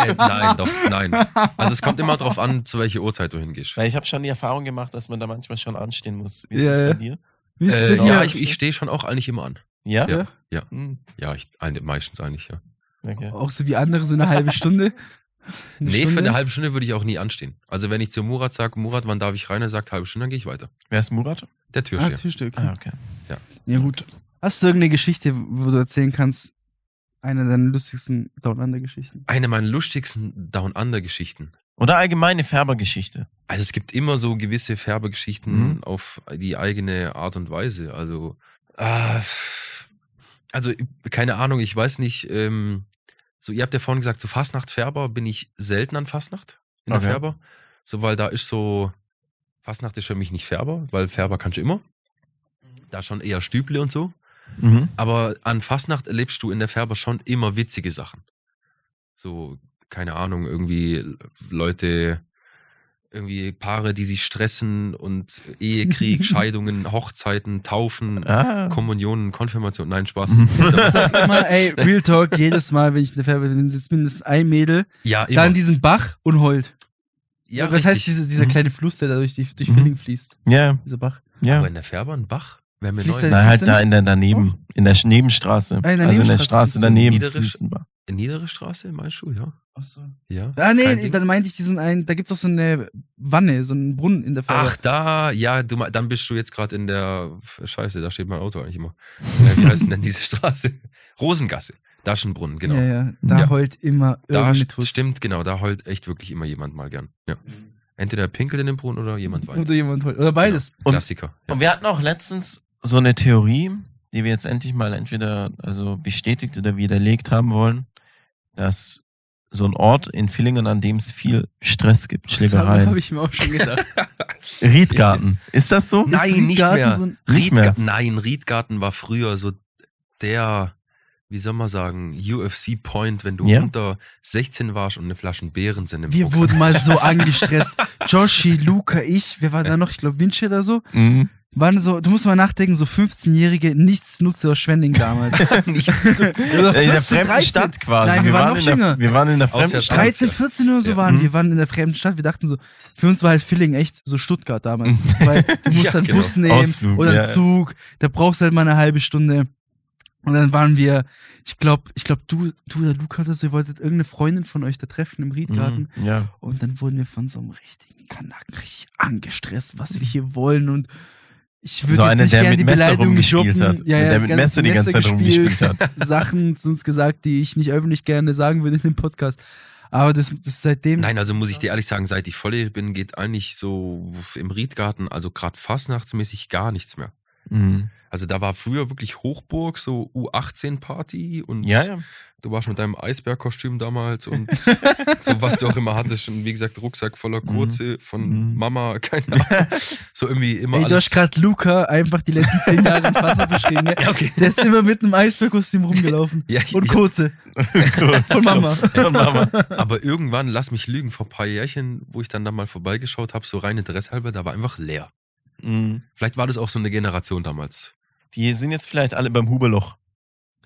Speaker 3: äh, nein, doch, nein. Also es kommt immer drauf an, zu welcher Uhrzeit du hingehst.
Speaker 1: Weil ich habe schon die Erfahrung gemacht, dass man da manchmal schon anstehen muss. Wie ist
Speaker 2: Ja,
Speaker 1: das
Speaker 2: ja.
Speaker 1: bei dir?
Speaker 2: Wie ist
Speaker 3: Äh,
Speaker 2: es
Speaker 1: denn
Speaker 3: ja,
Speaker 1: hier?
Speaker 3: ich, ich stehe schon auch eigentlich immer an.
Speaker 1: Ja?
Speaker 3: Ja, ja.
Speaker 1: Hm,
Speaker 3: Ja, ich, ein- meistens eigentlich, ja.
Speaker 1: Okay.
Speaker 2: Auch so wie andere, so eine halbe
Speaker 3: [LAUGHS]
Speaker 2: Stunde? Eine
Speaker 3: nee, für
Speaker 2: Stunde?
Speaker 3: eine halbe Stunde würde ich auch nie anstehen. Also wenn ich zu Murat sage, Murat, wann darf ich rein? Er sagt halbe Stunde, dann gehe ich weiter.
Speaker 1: Wer ist Murat?
Speaker 3: Der
Speaker 2: Ah,
Speaker 3: Türsteher.
Speaker 2: Türsteher, okay.
Speaker 1: Ah, okay.
Speaker 2: Ja, gut. Hast du irgendeine Geschichte, wo du erzählen kannst, eine deiner lustigsten Down Under Geschichten?
Speaker 3: Eine meiner lustigsten Down-Under-Geschichten.
Speaker 1: Oder allgemeine Färbergeschichte.
Speaker 3: Also es gibt immer so gewisse Färbergeschichten
Speaker 1: Mhm.
Speaker 3: auf die eigene Art und Weise. Also, ah, also keine Ahnung, ich weiß nicht. Ähm, so, ihr habt ja vorhin gesagt, so Fastnacht-Färber bin ich selten an Fastnacht in
Speaker 1: Okay.
Speaker 3: der Färber. So, weil da ist so, Fastnacht ist für mich nicht Färber, weil Färber kannst du immer. Da schon eher Stüble und so.
Speaker 1: Mhm.
Speaker 3: Aber an Fastnacht erlebst du in der Färber schon immer witzige Sachen. So, keine Ahnung, irgendwie Leute, irgendwie Paare, die sich stressen und
Speaker 2: [LAUGHS]
Speaker 3: Ehekrieg, Scheidungen, Hochzeiten, Taufen,
Speaker 1: Ah.
Speaker 3: Kommunionen, Konfirmation. Nein, Spaß.
Speaker 1: [LAUGHS]
Speaker 2: Mhm. Sag immer, ey, Real Talk, jedes Mal, wenn ich in der Färbe bin, sitzt mindestens ein Mädel
Speaker 3: ja,
Speaker 2: da
Speaker 3: immer.
Speaker 2: an diesem Bach und heult.
Speaker 3: ja,
Speaker 2: das heißt,
Speaker 3: richtig.
Speaker 2: diese, dieser
Speaker 1: Mhm.
Speaker 2: kleine Fluss, der da durch, die, durch
Speaker 1: Mhm.
Speaker 2: Filling fließt,
Speaker 1: Ja,
Speaker 2: dieser Bach.
Speaker 1: ja.
Speaker 3: Aber in der Färber ein Bach? Wäre mir
Speaker 2: Fließt
Speaker 3: neu.
Speaker 2: der-
Speaker 1: Na, halt da in der daneben, in der Sch- Nebenstraße.
Speaker 2: Ah, in der
Speaker 1: also in der
Speaker 2: Nebenstraße.
Speaker 1: Straße daneben
Speaker 3: Niederisch.
Speaker 1: fließen wir.
Speaker 3: Niedere Straße, meinst du? Ja. ja.
Speaker 2: Ah,
Speaker 3: Kein
Speaker 2: nee,
Speaker 3: Ding.
Speaker 2: dann meinte ich diesen einen, da gibt's auch so eine Wanne, so einen Brunnen in der Färbe.
Speaker 3: Ach, da, ja, du, me- dann bist du jetzt gerade in der Scheiße, da steht mein Auto eigentlich immer. Äh, wie heißt denn diese Straße? [LAUGHS] Rosengasse, Daschenbrunnen, genau.
Speaker 2: Ja, ja, da
Speaker 1: Ja.
Speaker 2: heult immer
Speaker 3: Da
Speaker 2: irgendeine
Speaker 3: st-
Speaker 2: Tuss.
Speaker 3: stimmt, genau, da heult echt wirklich immer jemand mal gern. Ja. Entweder pinkelt in den Brunnen oder jemand weint.
Speaker 2: Oder jemand heult. Oder beides.
Speaker 3: Genau. Klassiker. Ja.
Speaker 1: Und wir hatten auch letztens so eine Theorie, die wir jetzt endlich mal entweder also bestätigt oder widerlegt haben wollen, dass so ein Ort in Villingen, an dem es viel Stress gibt,
Speaker 2: Das habe
Speaker 1: Schlägereien.
Speaker 2: ich mir auch schon gedacht.
Speaker 1: Riedgarten. Ist das so?
Speaker 3: [LAUGHS]
Speaker 1: [LAUGHS]
Speaker 3: Nein,
Speaker 2: Ist
Speaker 3: nicht
Speaker 2: Garten
Speaker 3: mehr.
Speaker 2: So ein,
Speaker 1: Nicht mehr.
Speaker 3: Nein, Riedgarten war früher so der, wie soll man sagen, UFC-Point, wenn du
Speaker 1: Ja.
Speaker 3: unter 16 warst und eine Flasche Beeren sind im
Speaker 2: wir
Speaker 3: Rucksack.
Speaker 2: wurden mal
Speaker 3: [LAUGHS]
Speaker 2: so angestresst. Joshi, Luca, ich, wer war da noch? Ich glaube, Vinci oder so. [LAUGHS]
Speaker 1: Mhm.
Speaker 2: Waren so, du musst mal nachdenken, so 15-jährige Nichtsnutzer aus Schwending damals.
Speaker 1: [LAUGHS]
Speaker 3: [LAUGHS] Nichts.
Speaker 2: Oder
Speaker 1: Äh, In der
Speaker 2: 15,
Speaker 1: fremden
Speaker 2: 13.
Speaker 1: Stadt quasi.
Speaker 2: Nein, wir waren noch
Speaker 1: in der,
Speaker 2: jünger.
Speaker 1: Wir waren in der fremden
Speaker 3: Auswärts-
Speaker 1: Stadt.
Speaker 2: 13, 14 oder so
Speaker 3: Ja.
Speaker 2: waren.
Speaker 1: Mhm.
Speaker 2: Wir waren in der fremden Stadt. Wir dachten so, für uns war halt Filling echt so
Speaker 1: [LAUGHS]
Speaker 2: Stuttgart damals. Weil du musst
Speaker 3: Ja,
Speaker 2: dann
Speaker 3: genau.
Speaker 2: Bus nehmen
Speaker 1: Ausflug,
Speaker 2: oder einen
Speaker 1: ja.
Speaker 2: Zug. Da brauchst du halt mal eine halbe Stunde. Und dann waren wir, ich glaube, ich glaube, du, du oder Luca oder so, ihr wolltet irgendeine Freundin von euch da treffen im Riedgarten.
Speaker 1: Mhm. Ja.
Speaker 2: Und dann wurden wir von so einem richtigen Kanaken richtig angestresst, was wir hier wollen. Und ich würde
Speaker 1: So
Speaker 2: jetzt
Speaker 1: einer,
Speaker 2: nicht
Speaker 1: der
Speaker 2: gerne
Speaker 1: mit
Speaker 2: die
Speaker 1: Messer
Speaker 2: Beleidigung
Speaker 1: rumgespielt
Speaker 2: droppen.
Speaker 1: hat.
Speaker 2: Ja, ja,
Speaker 1: der mit
Speaker 2: ganz
Speaker 1: Messer die ganze Zeit
Speaker 2: gespielt.
Speaker 1: rumgespielt hat.
Speaker 2: Sachen [LAUGHS] zu uns gesagt, die ich nicht öffentlich gerne sagen würde in dem Podcast. Aber das, das seitdem.
Speaker 3: Nein, also muss ich dir ehrlich sagen, seit ich volljährig bin, geht eigentlich so im Riedgarten, also gerade fastnachtsmäßig gar nichts mehr.
Speaker 1: Mhm.
Speaker 3: Also da war früher wirklich Hochburg, so U18-Party und
Speaker 1: Ja, ja.
Speaker 3: du warst mit deinem Eisbärkostüm
Speaker 2: [LAUGHS]
Speaker 3: damals und so was du auch immer hattest. Und wie gesagt, Rucksack voller Kurze von
Speaker 1: Mhm.
Speaker 2: [LAUGHS]
Speaker 3: Mama, keine Ahnung. So irgendwie immer
Speaker 2: Ey, du hast
Speaker 3: alles.
Speaker 2: gerade Luca einfach die letzten zehn Jahre im
Speaker 3: [LAUGHS]
Speaker 2: Wasser beschrieben. Ne?
Speaker 3: Ja, okay.
Speaker 2: Der ist immer mit einem Eisbergkostüm
Speaker 3: [LAUGHS]
Speaker 2: rumgelaufen.
Speaker 3: Ja, ich,
Speaker 2: Und
Speaker 3: ich,
Speaker 2: kurze. [LAUGHS] Von Mama.
Speaker 1: Von Mama.
Speaker 2: [LAUGHS]
Speaker 3: aber irgendwann, lass mich lügen, vor ein paar Jährchen, wo ich dann da mal vorbeigeschaut habe, so rein interessehalber, da war einfach leer.
Speaker 1: Mhm.
Speaker 3: Vielleicht war das auch so eine Generation damals.
Speaker 1: Die sind jetzt vielleicht alle beim Huberloch.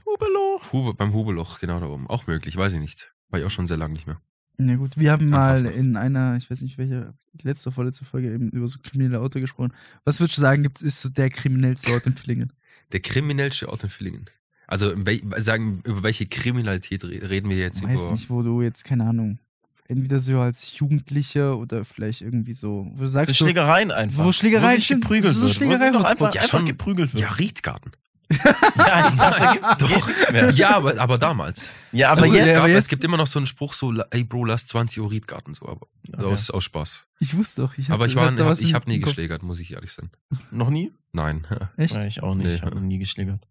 Speaker 1: Huberloch.
Speaker 3: Hube, beim Hubeloch, genau da oben. Auch möglich, weiß ich nicht. War ich auch schon sehr lange nicht mehr.
Speaker 2: Na gut, wir haben mal
Speaker 3: Anfassbar.
Speaker 2: in einer, ich weiß nicht welche, letzte, vorletzte Folge eben über so kriminelle Auto gesprochen. Was würdest du sagen, gibt's, ist so der kriminellste Ort in Villingen?
Speaker 3: Der kriminellste Ort in Villingen. Also in wel, sagen, über welche Kriminalität re- reden wir jetzt?
Speaker 2: Ich weiß
Speaker 3: über,
Speaker 2: nicht, wo du jetzt, keine Ahnung, entweder so als Jugendlicher oder vielleicht irgendwie so, wo du
Speaker 1: Das
Speaker 2: sagst,
Speaker 1: sind
Speaker 2: so,
Speaker 1: Schlägereien einfach.
Speaker 2: Wo Schlägereien
Speaker 1: sich
Speaker 2: stimmt,
Speaker 1: geprügelt
Speaker 2: so
Speaker 1: wird.
Speaker 2: Schlägerei-
Speaker 1: wo sich doch
Speaker 2: Hotspot.
Speaker 1: einfach,
Speaker 3: Ja,
Speaker 1: einfach
Speaker 3: schon.
Speaker 1: geprügelt wird.
Speaker 3: Ja, Riedgarten.
Speaker 1: Ja, [LAUGHS] ich dachte, da gibt's
Speaker 3: Doch.
Speaker 1: nichts mehr.
Speaker 3: Ja, Also aber, aber damals.
Speaker 1: Ja, aber
Speaker 2: So,
Speaker 1: jetzt.
Speaker 2: ja, [LAUGHS]
Speaker 3: gab,
Speaker 2: aber jetzt-
Speaker 3: es gibt immer noch so einen Spruch, so, la- ey Bro, lass 20 Uhr Riedgarten, so, aber
Speaker 1: Okay.
Speaker 3: aus, aus Spaß.
Speaker 2: ich wusste doch, ich hab-
Speaker 3: aber ich, war,
Speaker 2: hab da
Speaker 3: hab,
Speaker 2: was
Speaker 3: ich
Speaker 2: im
Speaker 3: habe nie
Speaker 2: Kopf.
Speaker 3: geschlägert, muss ich ehrlich sein.
Speaker 1: Noch nie?
Speaker 3: Nein. [LAUGHS]
Speaker 2: Echt?
Speaker 1: Ja, ich auch nicht. Ich
Speaker 3: Nee.
Speaker 1: habe noch nie geschlägert.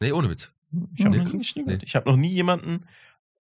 Speaker 3: nee, ohne Witz.
Speaker 1: Ich habe
Speaker 3: Nee,
Speaker 1: noch nie
Speaker 3: krass.
Speaker 1: geschlägert.
Speaker 3: Nee.
Speaker 1: Ich habe noch nie jemanden,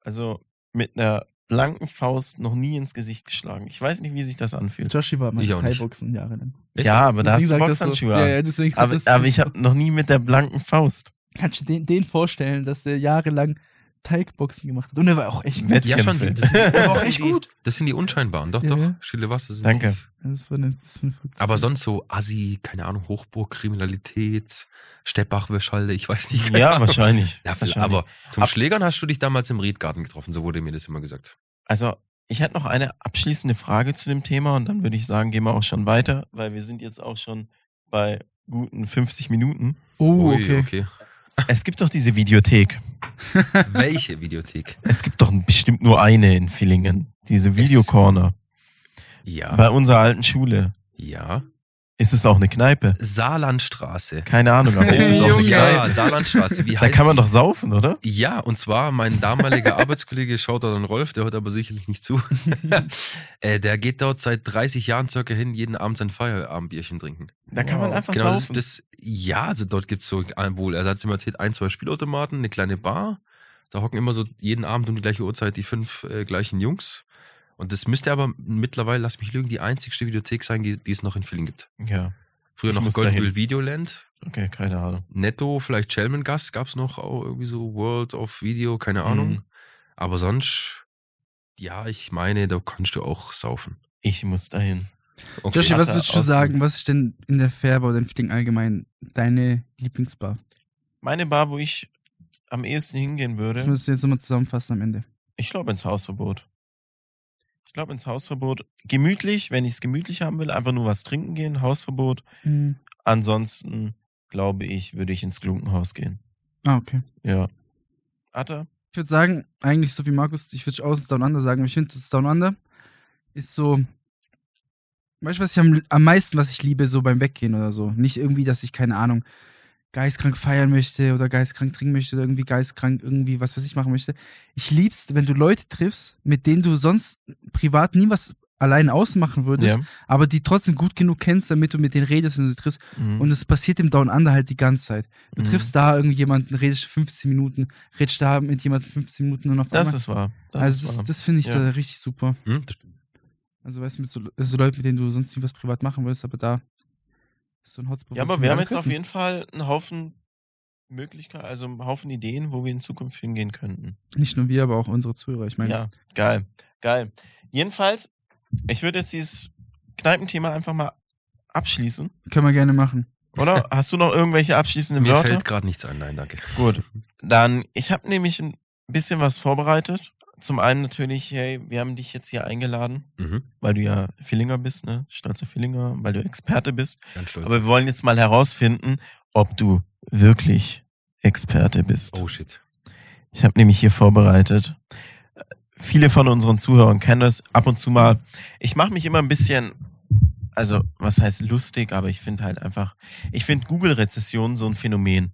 Speaker 1: also mit einer blanken Faust, noch nie ins Gesicht geschlagen. Ich weiß nicht, wie sich das anfühlt.
Speaker 2: Joshi war mal
Speaker 3: Ich auch nicht.
Speaker 2: Thai-Boxen jahrelang.
Speaker 3: Echt?
Speaker 1: Ja, aber da hast du
Speaker 2: Deswegen sagt das so.
Speaker 1: Boxhandschuhe
Speaker 2: Ja,
Speaker 1: an.
Speaker 2: ja, deswegen hat
Speaker 1: Aber,
Speaker 2: das-
Speaker 1: aber ich habe noch nie mit der blanken Faust.
Speaker 2: Kannst du den, den vorstellen, dass der jahrelang Teigboxen gemacht hat? Und er war auch echt gut.
Speaker 1: Wett-
Speaker 3: Ja, schon.
Speaker 1: Kämpfe. [LAUGHS]
Speaker 3: Das sind,
Speaker 2: Der
Speaker 3: das
Speaker 2: war auch
Speaker 3: sind
Speaker 2: echt
Speaker 3: die,
Speaker 2: gut.
Speaker 3: das sind die Unscheinbaren, doch,
Speaker 2: Ja,
Speaker 3: doch.
Speaker 2: ja.
Speaker 3: Stille Wasser sind
Speaker 1: Danke.
Speaker 3: tief.
Speaker 2: Das war eine, das war eine verrückte
Speaker 3: Aber
Speaker 2: Zeit.
Speaker 3: sonst so Assi, keine Ahnung, Hochburg, Kriminalität, Steppach, Wäschalde, ich weiß nicht. keine
Speaker 1: Ja,
Speaker 3: Ahnung.
Speaker 1: wahrscheinlich.
Speaker 3: Ja, vielleicht,
Speaker 1: wahrscheinlich.
Speaker 3: aber zum
Speaker 1: Ab-
Speaker 3: Schlägern hast du dich damals im Riedgarten getroffen, so wurde mir das immer gesagt.
Speaker 1: Also, ich hätte noch eine abschließende Frage zu dem Thema und dann würde ich sagen, gehen wir auch schon weiter, weil wir sind jetzt auch schon bei guten 50 Minuten. Uh,
Speaker 2: Oh,
Speaker 3: Ui,
Speaker 2: okay.
Speaker 1: Es gibt doch diese Videothek. [LAUGHS]
Speaker 3: Welche Videothek?
Speaker 1: Es gibt doch bestimmt nur eine in Villingen. Diese Videocorner.
Speaker 3: Ja,
Speaker 1: Bei unserer alten Schule.
Speaker 3: ja.
Speaker 1: Ist es auch eine Kneipe?
Speaker 3: Saarlandstraße.
Speaker 1: Keine Ahnung, aber ist es auch eine
Speaker 2: Junge.
Speaker 1: Kneipe?
Speaker 3: ja, Saarlandstraße. Wie heißt
Speaker 1: Da kann man doch saufen, oder?
Speaker 3: Ja, und zwar
Speaker 1: [LAUGHS]
Speaker 3: mein damaliger Arbeitskollege, schaut da dann Rolf, der hört aber sicherlich nicht zu. äh, der geht dort seit 30 Jahren circa hin, jeden Abend sein Feierabendbierchen trinken.
Speaker 1: Da kann man
Speaker 2: Wow.
Speaker 1: einfach
Speaker 3: Genau, das,
Speaker 1: saufen.
Speaker 3: das, ja, also dort gibt's so ein- wohl, also hat's immer erzählt, ein, zwei Spielautomaten, eine kleine Bar. Da hocken immer so jeden Abend um die gleiche Uhrzeit die fünf äh, gleichen Jungs. Und das müsste aber mittlerweile, lass mich lügen, die einzigste Videothek sein, die, die es noch in Villingen gibt.
Speaker 1: ja,
Speaker 3: Früher
Speaker 1: Ich
Speaker 3: noch
Speaker 1: muss
Speaker 3: Goldmühl
Speaker 1: dahin.
Speaker 3: Videoland,
Speaker 1: okay, keine Ahnung.
Speaker 3: Netto, vielleicht Schelmengast gab es noch auch irgendwie so World of Video, keine Ahnung.
Speaker 1: Mhm.
Speaker 3: Aber sonst, ja, ich meine, da kannst du auch saufen.
Speaker 1: Ich muss dahin.
Speaker 3: Okay.
Speaker 2: Joshi, was
Speaker 1: Hatte
Speaker 2: würdest du
Speaker 1: Ausflug.
Speaker 2: sagen, was ist denn in der Färbe oder in Fling allgemein deine Lieblingsbar?
Speaker 1: Meine Bar, wo ich am ehesten hingehen
Speaker 2: Das
Speaker 1: würde,
Speaker 2: müssen wir jetzt nochmal zusammenfassen am Ende.
Speaker 1: ich glaube ins Hausverbot. Ich glaube ins Hausverbot. Gemütlich, wenn ich es gemütlich haben will, einfach nur was trinken gehen, Hausverbot. Ansonsten, glaube ich, würde ich ins Glunkenhaus gehen.
Speaker 2: Ah, okay.
Speaker 1: Ja. Atta?
Speaker 2: Ich würde sagen, eigentlich so wie Markus, ich würde außen Down Under sagen, aber ich finde, das Down Under ist so. Weißt du, was ich am, am meisten, was ich liebe, so beim Weggehen oder so? Nicht irgendwie, dass ich, keine Ahnung, geistkrank feiern möchte oder geistkrank trinken möchte oder irgendwie geistkrank irgendwie was, was ich machen möchte. Ich liebst, wenn du Leute triffst, mit denen du sonst privat nie was allein ausmachen würdest,
Speaker 1: Ja.
Speaker 2: aber die trotzdem gut genug kennst, damit du mit denen redest, wenn du sie triffst.
Speaker 1: Mhm.
Speaker 2: Und es passiert im Down Under halt die ganze Zeit. Du
Speaker 1: Mhm.
Speaker 2: triffst da irgendjemanden, redest 15 Minuten, redest da mit jemandem 15 Minuten und auf
Speaker 1: Das
Speaker 2: einmal.
Speaker 1: ist wahr. Das
Speaker 2: also
Speaker 1: ist
Speaker 2: das,
Speaker 1: wahr.
Speaker 2: das finde ich
Speaker 1: Ja.
Speaker 2: da richtig super.
Speaker 3: Hm, das stimmt.
Speaker 2: Also weißt du, mit so, so Leuten, mit denen du sonst nie was privat machen willst, aber da ist so ein Hotspot.
Speaker 1: ja,
Speaker 2: was
Speaker 1: aber
Speaker 2: wir
Speaker 1: wir haben
Speaker 2: machen
Speaker 1: jetzt auf
Speaker 2: könnten.
Speaker 1: jeden Fall einen Haufen Möglichkeiten, also einen Haufen Ideen, wo wir in Zukunft hingehen könnten.
Speaker 2: Nicht nur wir, aber auch unsere Zuhörer. Ich meine,
Speaker 1: Ja, geil. Geil. Jedenfalls, ich würde jetzt dieses Kneipenthema einfach mal abschließen.
Speaker 2: können wir gerne machen.
Speaker 1: Oder? Hast du noch irgendwelche abschließenden
Speaker 3: Mir
Speaker 1: Wörter?
Speaker 3: fällt Mhm. gerade nichts ein, nein, danke.
Speaker 1: Gut. Dann, ich habe nämlich ein bisschen was vorbereitet. Zum einen natürlich, hey, wir haben dich jetzt hier eingeladen,
Speaker 3: Mhm,
Speaker 1: weil du ja Villinger bist, ne? Stolzer Villinger, weil du Experte bist.
Speaker 3: ganz stolz.
Speaker 1: Aber wir wollen jetzt mal herausfinden, ob du wirklich Experte bist.
Speaker 3: oh [LAUGHS] shit.
Speaker 1: Ich habe nämlich hier vorbereitet. Äh, Viele von unseren Zuhörern kennen das ab und zu mal. Ich mache mich immer ein bisschen, also was heißt lustig, aber ich finde halt einfach, ich finde Google-Rezession so ein Phänomen.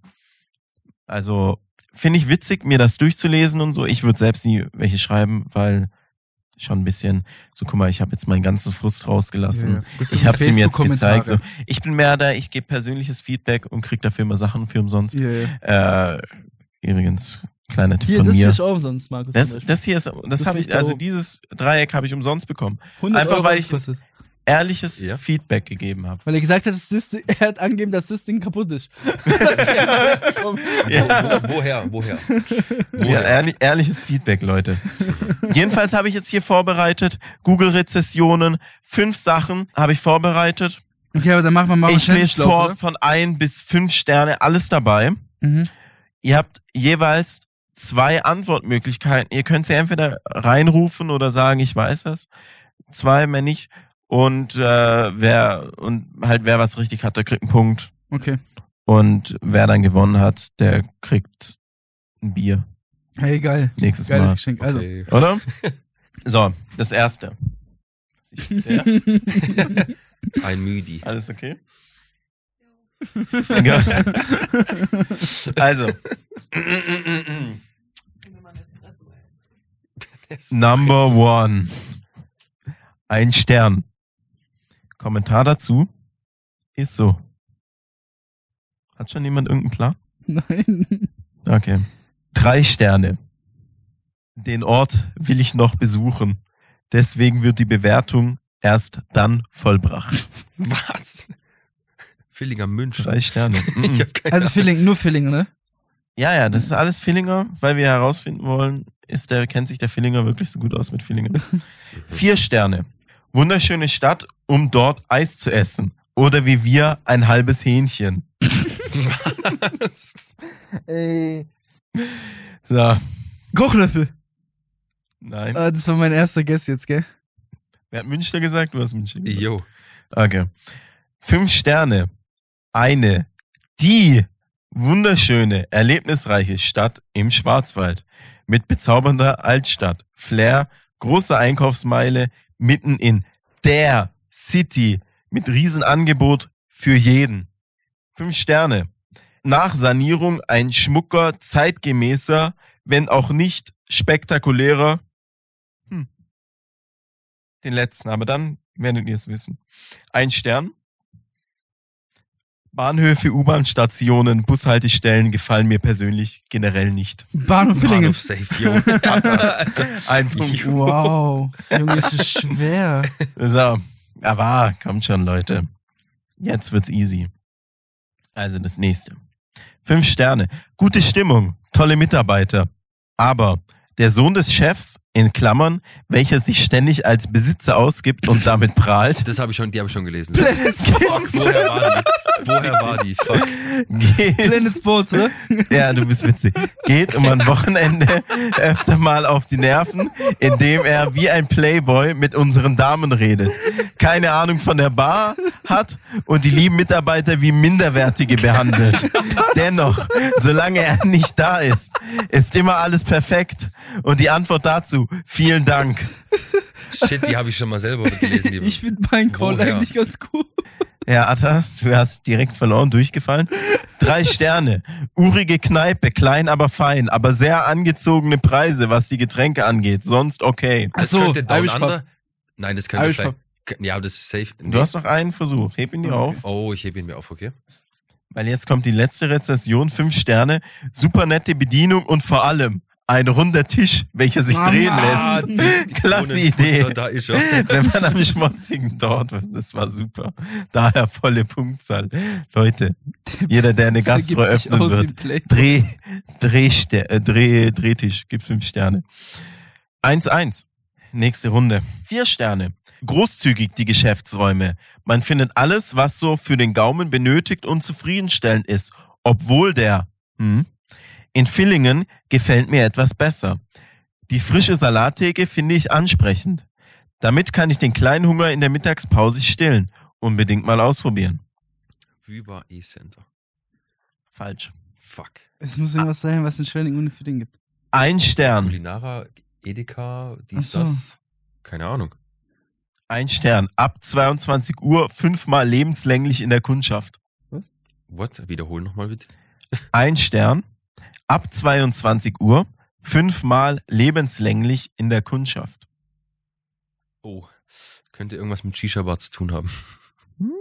Speaker 1: Also finde ich witzig, mir das durchzulesen und so. Ich würde selbst nie welche schreiben, weil schon ein bisschen, so guck mal, ich habe jetzt meinen ganzen Frust rausgelassen.
Speaker 2: Ja, ja. Das sind
Speaker 1: Ich habe es ihm jetzt
Speaker 2: Facebook-Kommentare.
Speaker 1: gezeigt. So. Ich bin mehr da, ich gebe persönliches Feedback und krieg dafür immer Sachen für umsonst.
Speaker 2: Ja, ja.
Speaker 1: Äh, übrigens, kleiner Tipp
Speaker 2: Hier,
Speaker 1: von
Speaker 2: das hier
Speaker 1: mir.
Speaker 2: ist auch sonst, Markus. zum
Speaker 1: Das,
Speaker 2: Beispiel.
Speaker 1: das hier ist, das
Speaker 2: Das
Speaker 1: habe
Speaker 2: liegt
Speaker 1: ich,
Speaker 2: da
Speaker 1: also
Speaker 2: oben.
Speaker 1: dieses Dreieck habe ich umsonst bekommen.
Speaker 2: 100
Speaker 1: einfach, weil
Speaker 2: hat's
Speaker 1: ich-
Speaker 2: kostet.
Speaker 1: Ehrliches
Speaker 3: Ja.
Speaker 1: Feedback gegeben
Speaker 2: [LAUGHS]
Speaker 1: habe.
Speaker 2: Weil er gesagt hat, dass das, er hat angegeben, dass das Ding
Speaker 1: [LAUGHS]
Speaker 2: kaputt ist. [LAUGHS] Ja, komm.
Speaker 1: Ja.
Speaker 3: Wo, woher, woher?
Speaker 1: Ja,
Speaker 3: woher?
Speaker 1: ehrlich, ehrliches Feedback, Leute. Jedenfalls habe ich jetzt hier vorbereitet Google-Rezessionen, fünf Sachen habe ich vorbereitet.
Speaker 2: okay, aber dann machen wir mal
Speaker 1: ich
Speaker 2: einen
Speaker 1: lese
Speaker 2: Schnelldurchlauf,
Speaker 1: vor
Speaker 2: oder?
Speaker 1: von ein bis fünf Sterne, alles dabei.
Speaker 2: Mhm.
Speaker 1: Ihr habt jeweils zwei Antwortmöglichkeiten. Ihr könnt sie entweder reinrufen oder sagen, ich weiß es. Zwei, mehr nicht. Und äh, wer und halt wer was richtig hat, der kriegt einen Punkt.
Speaker 2: Okay.
Speaker 1: Und wer dann gewonnen hat, der kriegt ein Bier
Speaker 2: Hey, geil.
Speaker 1: nächstes
Speaker 2: Geiles
Speaker 1: Mal.
Speaker 2: Geschenk. Also.
Speaker 3: Okay.
Speaker 1: Oder? So, das erste.
Speaker 2: [LAUGHS]
Speaker 1: Ja,
Speaker 3: [LAUGHS] Ein Müdi.
Speaker 1: alles okay? Ja. also. Number one. Ein Stern. Kommentar dazu. Ist so. Hat schon jemand irgendeinen Plan?
Speaker 2: Nein.
Speaker 1: Okay. Drei Sterne. Den Ort will ich noch besuchen. Deswegen wird die Bewertung erst dann vollbracht.
Speaker 3: Was? Villinger München.
Speaker 1: Drei Sterne.
Speaker 3: [LAUGHS] Ich
Speaker 1: Mhm.
Speaker 3: hab keine
Speaker 2: Also Filling, nur Filling, ne?
Speaker 1: Ja, ja, das ist alles Fillinger, weil wir herausfinden wollen, ist der, kennt sich der Fillinger wirklich so gut aus mit Fillinger. Vier Sterne. Wunderschöne Stadt, um dort Eis zu essen. Oder wie wir ein halbes Hähnchen.
Speaker 2: Ey.
Speaker 1: So,
Speaker 2: Kochlöffel.
Speaker 1: nein.
Speaker 2: Ah, das war mein erster Guess jetzt, gell?
Speaker 1: Wer hat Münchner gesagt? Du hast Münchner gesagt.
Speaker 3: Jo.
Speaker 1: Okay. Fünf Sterne. Eine, die wunderschöne, erlebnisreiche Stadt im Schwarzwald. Mit bezaubernder Altstadt, Flair, großer Einkaufsmeile, mitten in der City. Mit Riesenangebot, für jeden. Fünf Sterne. Nach Sanierung ein schmucker, zeitgemäßer, wenn auch nicht spektakulärer. Hm. Den letzten, aber dann werdet ihr es wissen. Ein Stern. Bahnhöfe, U-Bahn-Stationen, Bushaltestellen gefallen mir persönlich generell nicht.
Speaker 2: Bahnhof Villingen.
Speaker 3: Bahnhof safe, [LAUGHS] Junge. Alter, Alter.
Speaker 1: Ein
Speaker 2: [LAUGHS]
Speaker 1: Punkt.
Speaker 2: Wow. Junge, das ist schwer.
Speaker 1: [LAUGHS] So, aber kommt schon, Leute. Jetzt wird's easy. Also das nächste. Fünf Sterne. Gute Stimmung, tolle Mitarbeiter. Aber der Sohn des Chefs, in Klammern, welcher sich ständig als Besitzer ausgibt und damit
Speaker 3: [LAUGHS]
Speaker 1: prahlt,
Speaker 3: Das habe ich schon, die habe ich schon gelesen.
Speaker 1: Planets
Speaker 3: Fuck, woher war die? Woher war die? Fuck.
Speaker 1: geht,
Speaker 2: Planet
Speaker 1: [LAUGHS]
Speaker 2: Sports, oder?
Speaker 1: ja, du bist witzig, geht um ein Wochenende öfter mal auf die Nerven, indem er wie ein Playboy mit unseren Damen redet, keine Ahnung von der Bar hat und die lieben Mitarbeiter wie Minderwertige behandelt. Dennoch, solange er nicht da ist, ist immer alles perfekt. Und die Antwort dazu, vielen Dank.
Speaker 3: Shit, die habe ich schon mal selber gelesen. Die
Speaker 2: Ich finde meinen Call
Speaker 3: Woher?
Speaker 2: eigentlich ganz cool.
Speaker 1: Ja, Atta, du hast direkt verloren, durchgefallen. Drei Sterne. Urige Kneipe, klein aber fein, aber sehr angezogene Preise, was die Getränke angeht. Sonst okay.
Speaker 3: das
Speaker 2: Ach so,
Speaker 3: könnte Down
Speaker 2: Irish Pub.
Speaker 3: Under. Nein, das könnte
Speaker 2: Irish
Speaker 3: vielleicht. Ja, aber das ist safe.
Speaker 1: Du hast noch einen Versuch. Heb ihn dir auf,
Speaker 3: Oh, ich hebe ihn mir auf, okay?
Speaker 1: weil jetzt kommt die letzte Rezession. Fünf Sterne. Super nette Bedienung und vor allem ein runder Tisch, welcher sich
Speaker 2: Mama.
Speaker 1: drehen
Speaker 2: Ah,
Speaker 1: lässt. [LAUGHS] Klasse Idee.
Speaker 3: Bohnenputzer, Da ist er.
Speaker 1: Wenn man am schmutzigen dort ist, das war super. Daher volle Punktzahl. Leute, jeder, der eine Gastro
Speaker 2: gibt sich
Speaker 1: öffnen
Speaker 2: aus
Speaker 1: wird,
Speaker 2: wie Play.
Speaker 1: Dreh, Drehste äh, Dreh, Drehtisch gibt fünf Sterne. 1-1. Nächste Runde. Vier Sterne. Großzügig die Geschäftsräume. Man findet alles, was so für den Gaumen benötigt und zufriedenstellend ist. Obwohl der hm, in Villingen gefällt mir etwas besser. Die frische Salattheke finde ich ansprechend. Damit kann ich den kleinen Hunger in der Mittagspause stillen. Unbedingt mal ausprobieren.
Speaker 3: Über E-Center.
Speaker 1: Falsch.
Speaker 3: Fuck.
Speaker 2: Es muss irgendwas sein, was in Schwenning ohne Fitting gibt.
Speaker 1: Ein Stern.
Speaker 3: Kulinara, Edeka, dies,
Speaker 2: Ach so.
Speaker 3: das. Keine Ahnung.
Speaker 1: Ein Stern. Ab 22 Uhr fünfmal lebenslänglich in der Kundschaft.
Speaker 3: What? Wiederhol nochmal bitte.
Speaker 1: Ein Stern. Ab 22 Uhr fünfmal lebenslänglich in der Kundschaft.
Speaker 3: Oh. Könnte irgendwas mit Shisha-Bar zu tun haben.
Speaker 1: Hm,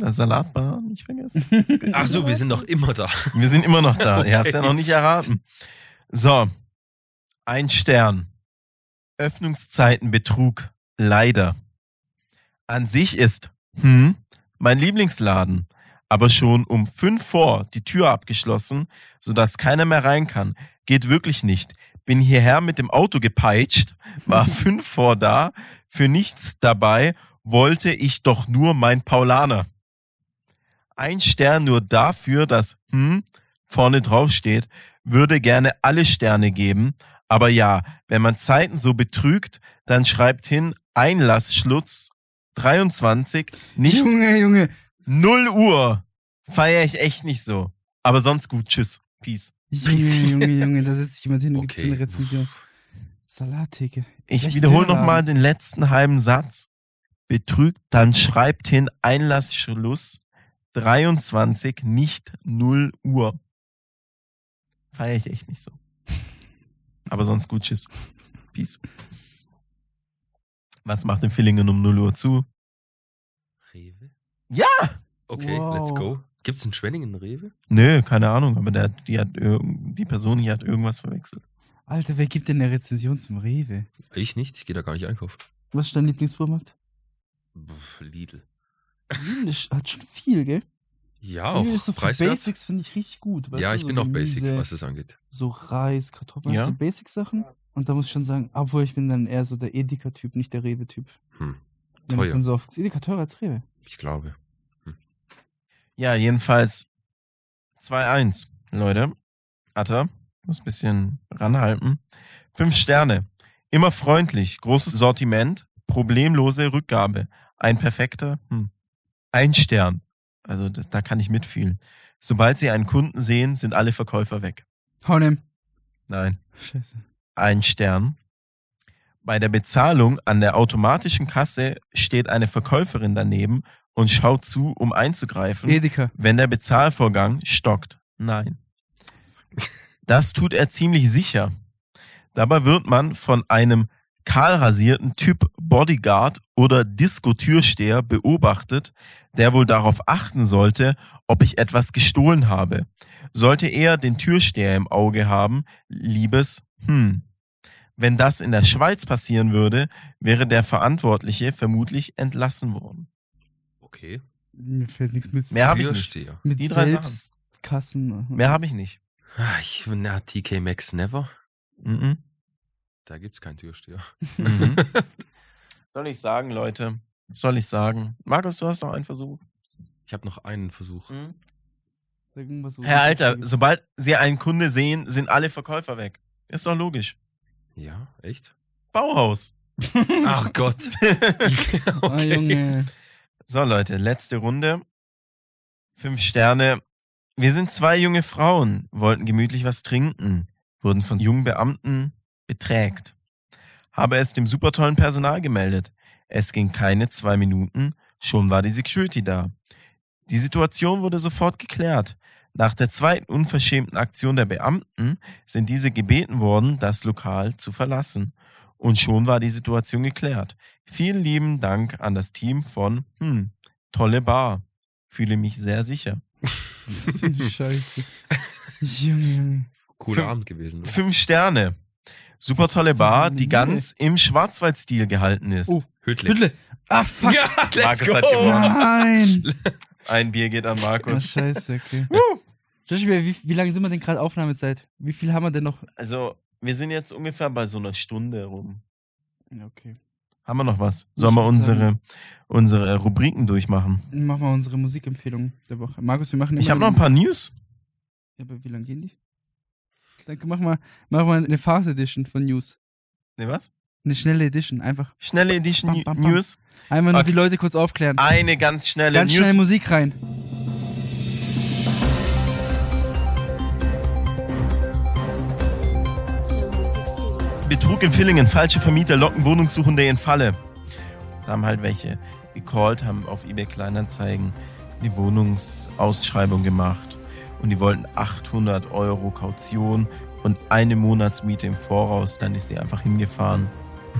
Speaker 1: der Salatbar, nicht
Speaker 3: [LAUGHS]
Speaker 1: vergessen.
Speaker 3: Ach so, wir sind [LAUGHS] noch immer da.
Speaker 1: [LAUGHS] Wir sind immer noch da. Ihr habt ja
Speaker 3: Okay.
Speaker 1: noch nicht erraten. So. Ein Stern. Öffnungszeiten Betrug. Leider. An sich ist, hm, mein Lieblingsladen. Aber schon um fünf vor die Tür abgeschlossen, sodass keiner mehr rein kann. Geht wirklich nicht. Bin hierher mit dem Auto gepeitscht, war fünf vor da, für nichts dabei, wollte ich doch nur mein Paulaner. Ein Stern nur dafür, dass, hm, vorne drauf steht, würde gerne alle Sterne geben. Aber ja, wenn man Zeiten so betrügt, dann schreibt hin Einlassschlutz 23, nicht
Speaker 2: Junge, Junge.
Speaker 1: 0 Uhr. Feier ich echt nicht so. Aber sonst gut, tschüss. Peace. [LAUGHS]
Speaker 2: Junge, Junge, Junge, da setzt sich jemand hin und gibt so
Speaker 3: Okay.
Speaker 2: eine Rezension. Salattheke.
Speaker 1: Ich
Speaker 2: Echt
Speaker 1: wiederhole
Speaker 2: Dönerladen.
Speaker 1: nochmal den letzten halben Satz. Betrügt, dann schreibt hin Einlassschluss 23, nicht 0 Uhr. Feier ich echt nicht so. Aber sonst gut, tschüss. Peace. Was macht in Villingen um 0 Uhr zu?
Speaker 3: Rewe?
Speaker 1: Ja!
Speaker 3: Okay,
Speaker 2: Wow.
Speaker 3: let's go. Gibt's in Schwenningen einen Rewe?
Speaker 1: Nö, keine Ahnung, aber der, die, hat, irg- die Person hier hat irgendwas verwechselt.
Speaker 2: Alter, wer gibt denn eine Rezension zum Rewe?
Speaker 3: Ich nicht, ich gehe da gar nicht einkaufen.
Speaker 2: Was ist dein Lieblingsflohmarkt?
Speaker 3: Pff, Lidl.
Speaker 2: Lidl ist- hat schon viel, gell?
Speaker 3: Ja, auch.
Speaker 2: Lidl ist so für
Speaker 3: preiswert.
Speaker 2: Basics finde ich richtig gut. weißt
Speaker 3: Ja,
Speaker 2: du,
Speaker 3: ich
Speaker 2: so
Speaker 3: bin auch basic,
Speaker 2: Gemüse,
Speaker 3: was das angeht.
Speaker 2: So Reis, Kartoffeln,
Speaker 1: Ja.
Speaker 2: so Basic-Sachen. Und da muss ich schon sagen, obwohl ich bin dann eher so der Edeka-Typ, nicht der Rewe-Typ.
Speaker 3: Hm,
Speaker 2: Wenn ich
Speaker 3: Teuer.
Speaker 2: dann so auf- Ist Edeka teurer als Rewe.
Speaker 3: ich glaube.
Speaker 1: Ja, jedenfalls 2-1, Leute. Atta, muss ein bisschen ranhalten. Fünf Sterne. Immer freundlich, großes Sortiment, problemlose Rückgabe. Ein perfekter, hm. ein Stern. Also das, da kann ich mitfühlen. Sobald sie einen Kunden sehen, sind alle Verkäufer weg.
Speaker 2: Honem.
Speaker 1: Nein,
Speaker 2: Scheiße.
Speaker 1: ein Stern. Bei der Bezahlung an der automatischen Kasse steht eine Verkäuferin daneben und schaut zu, um einzugreifen,
Speaker 2: Edeka.
Speaker 1: wenn der Bezahlvorgang stockt. Nein. Das tut er ziemlich sicher. Dabei wird man von einem kahlrasierten Typ Bodyguard oder Disco-Türsteher beobachtet, der wohl darauf achten sollte, ob ich etwas gestohlen habe. Sollte er den Türsteher im Auge haben, liebes Hm. Wenn das in der Schweiz passieren würde, wäre der Verantwortliche vermutlich entlassen worden.
Speaker 3: Okay.
Speaker 2: Mir fällt nichts mit.
Speaker 1: Mehr hab ich nicht.
Speaker 3: Türsteher.
Speaker 2: Mit
Speaker 1: Die drei Sachen.
Speaker 2: Selbstkassen.
Speaker 1: Mehr habe ich nicht.
Speaker 3: Ah, Ich, na, TK Maxx never.
Speaker 1: Mhm.
Speaker 3: Da gibt's keinen Türsteher.
Speaker 1: Mhm. Soll ich sagen, Leute? Was Soll ich sagen? Markus, du hast noch einen Versuch.
Speaker 3: Ich habe noch einen Versuch.
Speaker 1: Hm.
Speaker 2: Irgendwas, wo
Speaker 1: Herr
Speaker 2: ich
Speaker 1: Alter,
Speaker 2: nicht-
Speaker 1: sobald Sie einen Kunde sehen, sind alle Verkäufer weg. Ist doch logisch.
Speaker 3: Ja, echt?
Speaker 1: Bauhaus.
Speaker 3: Ach Gott.
Speaker 1: [LAUGHS]
Speaker 2: Ah, Junge.
Speaker 1: So, Leute, letzte Runde. Fünf Sterne. Wir sind zwei junge Frauen, wollten gemütlich was trinken, wurden von jungen Beamten beträgt. Habe es dem super tollen Personal gemeldet. Es ging keine zwei Minuten, schon war die Security da. Die Situation wurde sofort geklärt. Nach der zweiten unverschämten Aktion der Beamten sind diese gebeten worden, das Lokal zu verlassen. Und schon war die Situation geklärt. Vielen lieben Dank an das Team von hm, Tolle Bar. Fühle mich sehr sicher.
Speaker 2: Was für eine Scheiße. Junge, Junge.
Speaker 3: Cooler
Speaker 1: Fünf-
Speaker 3: Abend gewesen. ne?
Speaker 1: Fünf Sterne. Super tolle Bar, die ganz im Schwarzwald-Stil gehalten ist.
Speaker 2: Oh,
Speaker 3: Hütli.
Speaker 2: Hüttle. Ah, fuck.
Speaker 3: Ja, let's
Speaker 1: Markus
Speaker 3: go.
Speaker 1: hat gewonnen.
Speaker 2: Nein.
Speaker 1: Ein Bier geht an
Speaker 2: Ah,
Speaker 1: Markus.
Speaker 2: scheiße, [LAUGHS] okay.
Speaker 1: Woo.
Speaker 2: Joshua, wie, wie lange sind wir denn gerade Aufnahmezeit? Wie viel haben wir denn noch?
Speaker 1: Also, wir sind jetzt ungefähr bei so einer Stunde rum.
Speaker 2: Ja, Okay.
Speaker 1: Haben wir noch was? Sollen wir
Speaker 2: Ich würd
Speaker 1: unsere, unsere Rubriken durchmachen?
Speaker 2: Machen wir unsere Musikempfehlung der Woche. Markus, wir machen
Speaker 1: Ich
Speaker 2: immer
Speaker 1: habe noch ein paar News.
Speaker 2: Ja, aber wie lange gehen die? Dann mach mal, mach mal eine Fast Edition von News.
Speaker 1: Ne, was?
Speaker 2: Eine schnelle Edition, einfach.
Speaker 1: Schnelle Edition
Speaker 2: Bam, bam, bam.
Speaker 1: News.
Speaker 2: Einfach nur
Speaker 1: Okay.
Speaker 2: die Leute kurz aufklären.
Speaker 1: Eine ganz schnelle
Speaker 2: Ganz
Speaker 1: News.
Speaker 2: schnell Musik rein.
Speaker 4: Snow Music Studio.
Speaker 1: Betrug in Villingen, falsche Vermieter locken Wohnungssuchende in Falle. Da haben halt welche gecallt, haben auf eBay Kleinanzeigen eine Wohnungsausschreibung gemacht und die wollten 800 Euro Kaution und eine Monatsmiete im Voraus. Dann ist sie einfach hingefahren.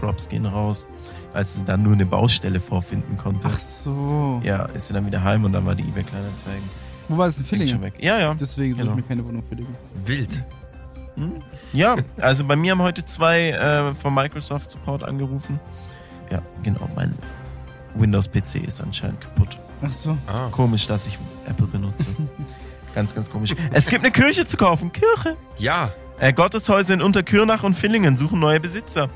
Speaker 1: Props gehen raus, als sie dann nur eine Baustelle vorfinden konnte.
Speaker 2: Ach so.
Speaker 1: Ja, ist sie dann wieder heim und dann war die eBay Kleinanzeigen
Speaker 2: Wo war das in
Speaker 1: schon
Speaker 2: Villingen?
Speaker 1: weg. Ja, ja.
Speaker 2: Deswegen soll
Speaker 1: Genau.
Speaker 2: ich mir keine Wohnung Villingen.
Speaker 3: Wild.
Speaker 1: Hm? Ja, also bei mir haben heute zwei äh, vom Microsoft Support angerufen. Ja, genau, mein Windows-PC ist anscheinend kaputt.
Speaker 2: Ach so.
Speaker 3: Ah.
Speaker 1: Komisch, dass ich Apple benutze. ganz, ganz komisch. Es gibt eine Kirche zu kaufen. Kirche.
Speaker 3: Ja.
Speaker 1: Äh, Gotteshäuser in Unterkürnach und Villingen suchen neue Besitzer.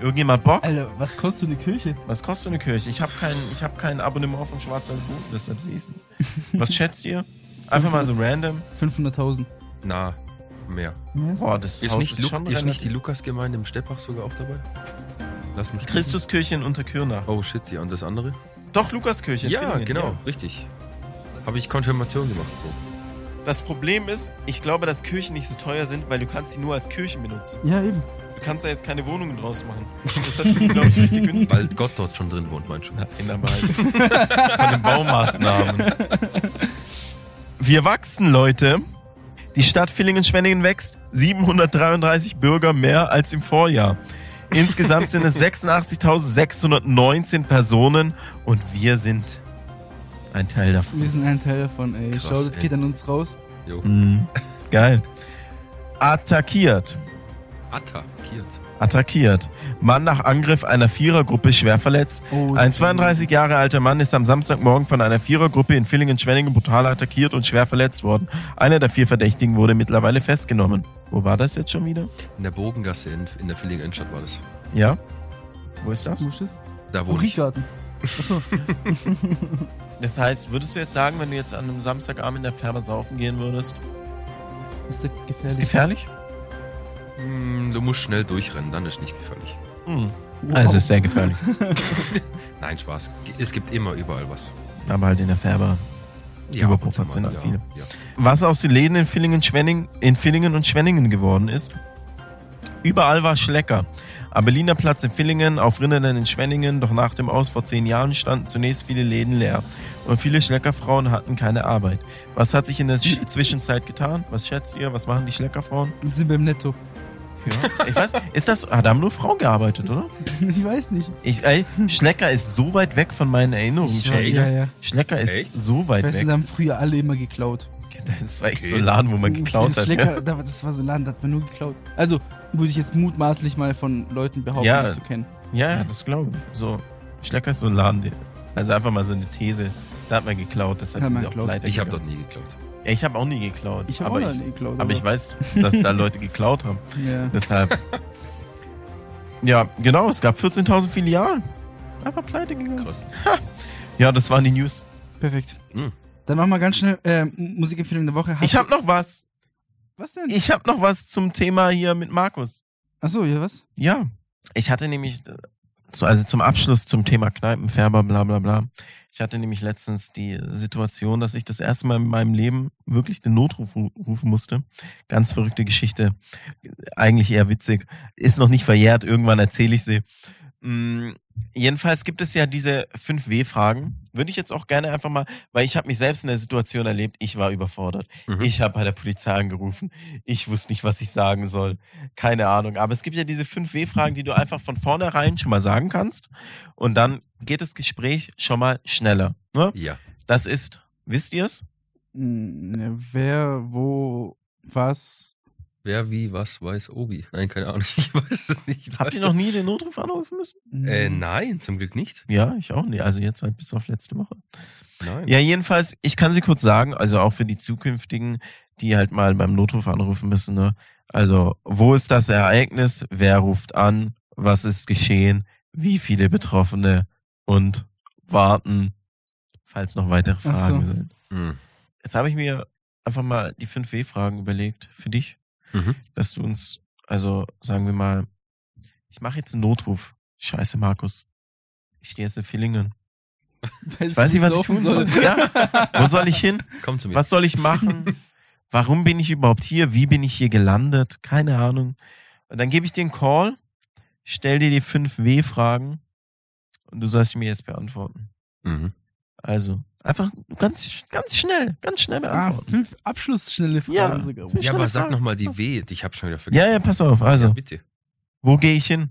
Speaker 1: Irgendjemand Bock?
Speaker 2: Alter, was kostet eine Kirche?
Speaker 1: Was kostet eine Kirche? Ich habe kein, ich hab kein Abonnement von Schwarzwald Boden, deshalb sehe ich nicht. Was schätzt ihr? Einfach mal so random.
Speaker 2: 500.000.
Speaker 3: Na, mehr.
Speaker 1: Boah, das
Speaker 3: Ist,
Speaker 1: Haus
Speaker 3: nicht,
Speaker 1: ist schon
Speaker 3: Lu ist nicht
Speaker 1: relativ-
Speaker 3: die Lukas-Gemeinde im Steppach sogar auch dabei? Lass mich.
Speaker 1: Christuskirche in Unterkürnach.
Speaker 3: Oh shit, ja, und das andere?
Speaker 1: Doch, Lukaskirche. in
Speaker 3: Ja,
Speaker 1: Villingen,
Speaker 3: genau, richtig. Habe ich Konfirmation gemacht, Bro.
Speaker 1: Das Problem ist, ich glaube, dass Kirchen nicht so teuer sind, weil du kannst sie nur als Kirchen benutzen.
Speaker 2: Ja, eben.
Speaker 1: Du kannst da jetzt keine Wohnungen draus machen. Das hat sie, [LAUGHS] glaube ich, richtig günstig.
Speaker 3: Weil Gott dort schon drin wohnt, meinst du?
Speaker 1: Na, in der Wahl. Von den Baumaßnahmen. Wir wachsen, Leute. Die Stadt Villingen-Schwenningen wächst. 733 Bürger mehr als im Vorjahr. Insgesamt [LAUGHS] sind es 86.619 Personen und wir sind ein Teil davon.
Speaker 2: Wir sind ein Teil davon, ey.
Speaker 3: Krass,
Speaker 2: Schaut,
Speaker 3: ey.
Speaker 2: geht an uns raus.
Speaker 3: Jo.
Speaker 1: Mhm. Geil. Attackiert.
Speaker 3: Attackiert.
Speaker 1: attackiert. Mann nach Angriff einer Vierergruppe schwer verletzt.
Speaker 2: Oh,
Speaker 1: Ein 32 Jahre alter Mann ist am Samstagmorgen von einer Vierergruppe in Villingen-Schwenningen brutal attackiert und schwer verletzt worden. Einer der vier Verdächtigen wurde mittlerweile festgenommen. Wo war das jetzt schon wieder?
Speaker 3: In der Bogengasse in, in der Villingen Innenstadt war das.
Speaker 1: Ja? Wo ist das?
Speaker 2: Dusches?
Speaker 3: Da
Speaker 2: Im
Speaker 3: wohne ich.
Speaker 2: Riegarten. Achso.
Speaker 1: Das heißt, würdest du jetzt sagen, wenn du jetzt an einem Samstagabend in der Färber saufen gehen würdest?
Speaker 2: Ist das gefährlich?
Speaker 1: Ist gefährlich?
Speaker 3: Hm, du musst schnell durchrennen, dann ist nicht gefährlich.
Speaker 1: Hm.
Speaker 2: Wow.
Speaker 1: Also ist sehr gefährlich.
Speaker 3: Nein, Spaß. G- Es gibt immer überall was.
Speaker 1: Aber halt in der Färber. Überproportional
Speaker 3: proportional ja,
Speaker 1: viele.
Speaker 3: Ja.
Speaker 1: Was aus den Läden in Villingen, Schwenning, in Villingen und Schwenningen geworden ist? Überall war Schlecker. Am Berliner Platz in Villingen, auf Rinderland in Schwenningen, doch nach dem Aus vor zehn Jahren standen zunächst viele Läden leer. Und viele Schleckerfrauen hatten keine Arbeit. Was hat sich in der Sch- Zwischenzeit getan? Was schätzt ihr? Was machen die Schleckerfrauen?
Speaker 2: Wir sind beim Netto. [LAUGHS]
Speaker 1: Ja, ich weiß, ist das, ah, da haben nur Frauen gearbeitet, oder?
Speaker 2: ich weiß nicht.
Speaker 1: Ich, ey, Schlecker ist so weit weg von meinen Erinnerungen. schon.
Speaker 3: Echt?
Speaker 2: ja, ja.
Speaker 1: Schlecker ist
Speaker 3: Echt?
Speaker 1: so weit
Speaker 2: Weißt du,
Speaker 1: weg.
Speaker 2: da haben früher alle immer geklaut. Oh,
Speaker 1: Das war echt
Speaker 3: Okay.
Speaker 1: so ein Laden, wo man geklaut
Speaker 2: Dieses
Speaker 1: hat.
Speaker 2: Lecker, da war- das war so ein Laden, da hat man nur geklaut. Also, würde ich jetzt mutmaßlich mal von Leuten behaupten,
Speaker 1: Ja.
Speaker 2: die ich so kenne.
Speaker 1: Ja, ja, das glaube ich. So, Schlecker ist so ein Laden. der- Also einfach mal so eine These. Da hat man geklaut, deshalb
Speaker 2: Hat
Speaker 1: sind
Speaker 2: man
Speaker 1: sie auch
Speaker 2: geklaut.
Speaker 1: pleite.
Speaker 3: Ich habe
Speaker 1: gegangen.
Speaker 3: dort nie geklaut.
Speaker 1: Ja, ich habe auch nie geklaut.
Speaker 2: Ich habe auch
Speaker 1: aber,
Speaker 2: noch
Speaker 1: ich,
Speaker 2: nie geklaut.
Speaker 1: aber ich weiß, dass da Leute geklaut
Speaker 2: [LAUGHS]
Speaker 1: haben.
Speaker 2: Ja.
Speaker 1: Deshalb. ja, genau, es gab 14.000 Filialen. Einfach pleite gegangen.
Speaker 3: Krass.
Speaker 1: Ja, das waren die News.
Speaker 2: Perfekt.
Speaker 3: Hm.
Speaker 2: Dann machen wir ganz schnell äh, Musikempfehlung der Woche.
Speaker 1: Ich
Speaker 2: Hast-
Speaker 1: habe noch was.
Speaker 2: Was denn?
Speaker 1: Ich habe noch was zum Thema hier mit Markus.
Speaker 2: Achso, ja, was?
Speaker 1: Ja, ich hatte nämlich, äh, so, also zum Abschluss zum Thema Kneipenfärber, bla bla bla. Ich hatte nämlich letztens die Situation, dass ich das erste Mal in meinem Leben wirklich den Notruf ru- rufen musste. Ganz verrückte Geschichte. Eigentlich eher witzig. Ist noch nicht verjährt, irgendwann erzähle ich sie. Mm, jedenfalls gibt es ja diese 5W-Fragen. Würde ich jetzt auch gerne einfach mal, weil ich habe mich selbst in der Situation erlebt, ich war überfordert.
Speaker 3: Mhm.
Speaker 1: Ich habe bei der Polizei angerufen. Ich wusste nicht, was ich sagen soll. Keine Ahnung. Aber es gibt ja diese 5W-Fragen, die du einfach von vornherein schon mal sagen kannst. Und dann geht das Gespräch schon mal schneller. Ne?
Speaker 3: Ja.
Speaker 1: Das ist, wisst ihr es?
Speaker 2: Hm, ja, wer, wo, was?
Speaker 3: Wer, wie, was, weiß, Obi. Nein, keine Ahnung. [LAUGHS] Ich weiß es nicht.
Speaker 1: Habt ihr noch nie den Notruf anrufen müssen?
Speaker 2: Hm,
Speaker 3: Äh, nein, zum Glück nicht.
Speaker 1: Ja, ich auch nicht. Also jetzt halt bis auf letzte Woche.
Speaker 3: Nein.
Speaker 1: Ja, jedenfalls, ich kann sie kurz sagen, also auch für die zukünftigen, die halt mal beim Notruf anrufen müssen, ne? Also, wo ist das Ereignis? Wer ruft an? Was ist geschehen? Wie viele Betroffene? Und warten, falls noch weitere
Speaker 2: Ach
Speaker 1: Fragen
Speaker 2: so.
Speaker 1: sind.
Speaker 3: Mhm.
Speaker 1: Jetzt habe ich mir einfach mal die 5W-Fragen überlegt für dich,
Speaker 3: Mhm.
Speaker 1: dass du uns, also sagen wir mal, ich mache jetzt einen Notruf. Scheiße, Markus. Ich stehe jetzt in Villingen. Ich weiß nicht, was ich tun soll. Ja? Wo soll ich hin?
Speaker 3: Komm zu mir.
Speaker 1: Was soll ich machen? Warum bin ich überhaupt hier? Wie bin ich hier gelandet? Keine Ahnung. Und dann gebe ich dir einen Call, stell dir die 5W-Fragen und du sollst sie mir jetzt beantworten.
Speaker 3: Mhm.
Speaker 1: Also, einfach ganz, ganz schnell, ganz schnell
Speaker 2: [LAUGHS] Ah,
Speaker 1: beantworten.
Speaker 2: fünf abschlussschnelle Fragen
Speaker 1: Ja.
Speaker 2: sogar.
Speaker 1: Fünf-
Speaker 3: Ja,
Speaker 1: Schnelle
Speaker 3: aber sag
Speaker 1: Frage.
Speaker 3: nochmal die W. Ich habe schon wieder vergessen.
Speaker 1: ja, ja, pass auf.
Speaker 3: Ja,
Speaker 1: Also,
Speaker 3: bitte.
Speaker 1: wo gehe ich hin?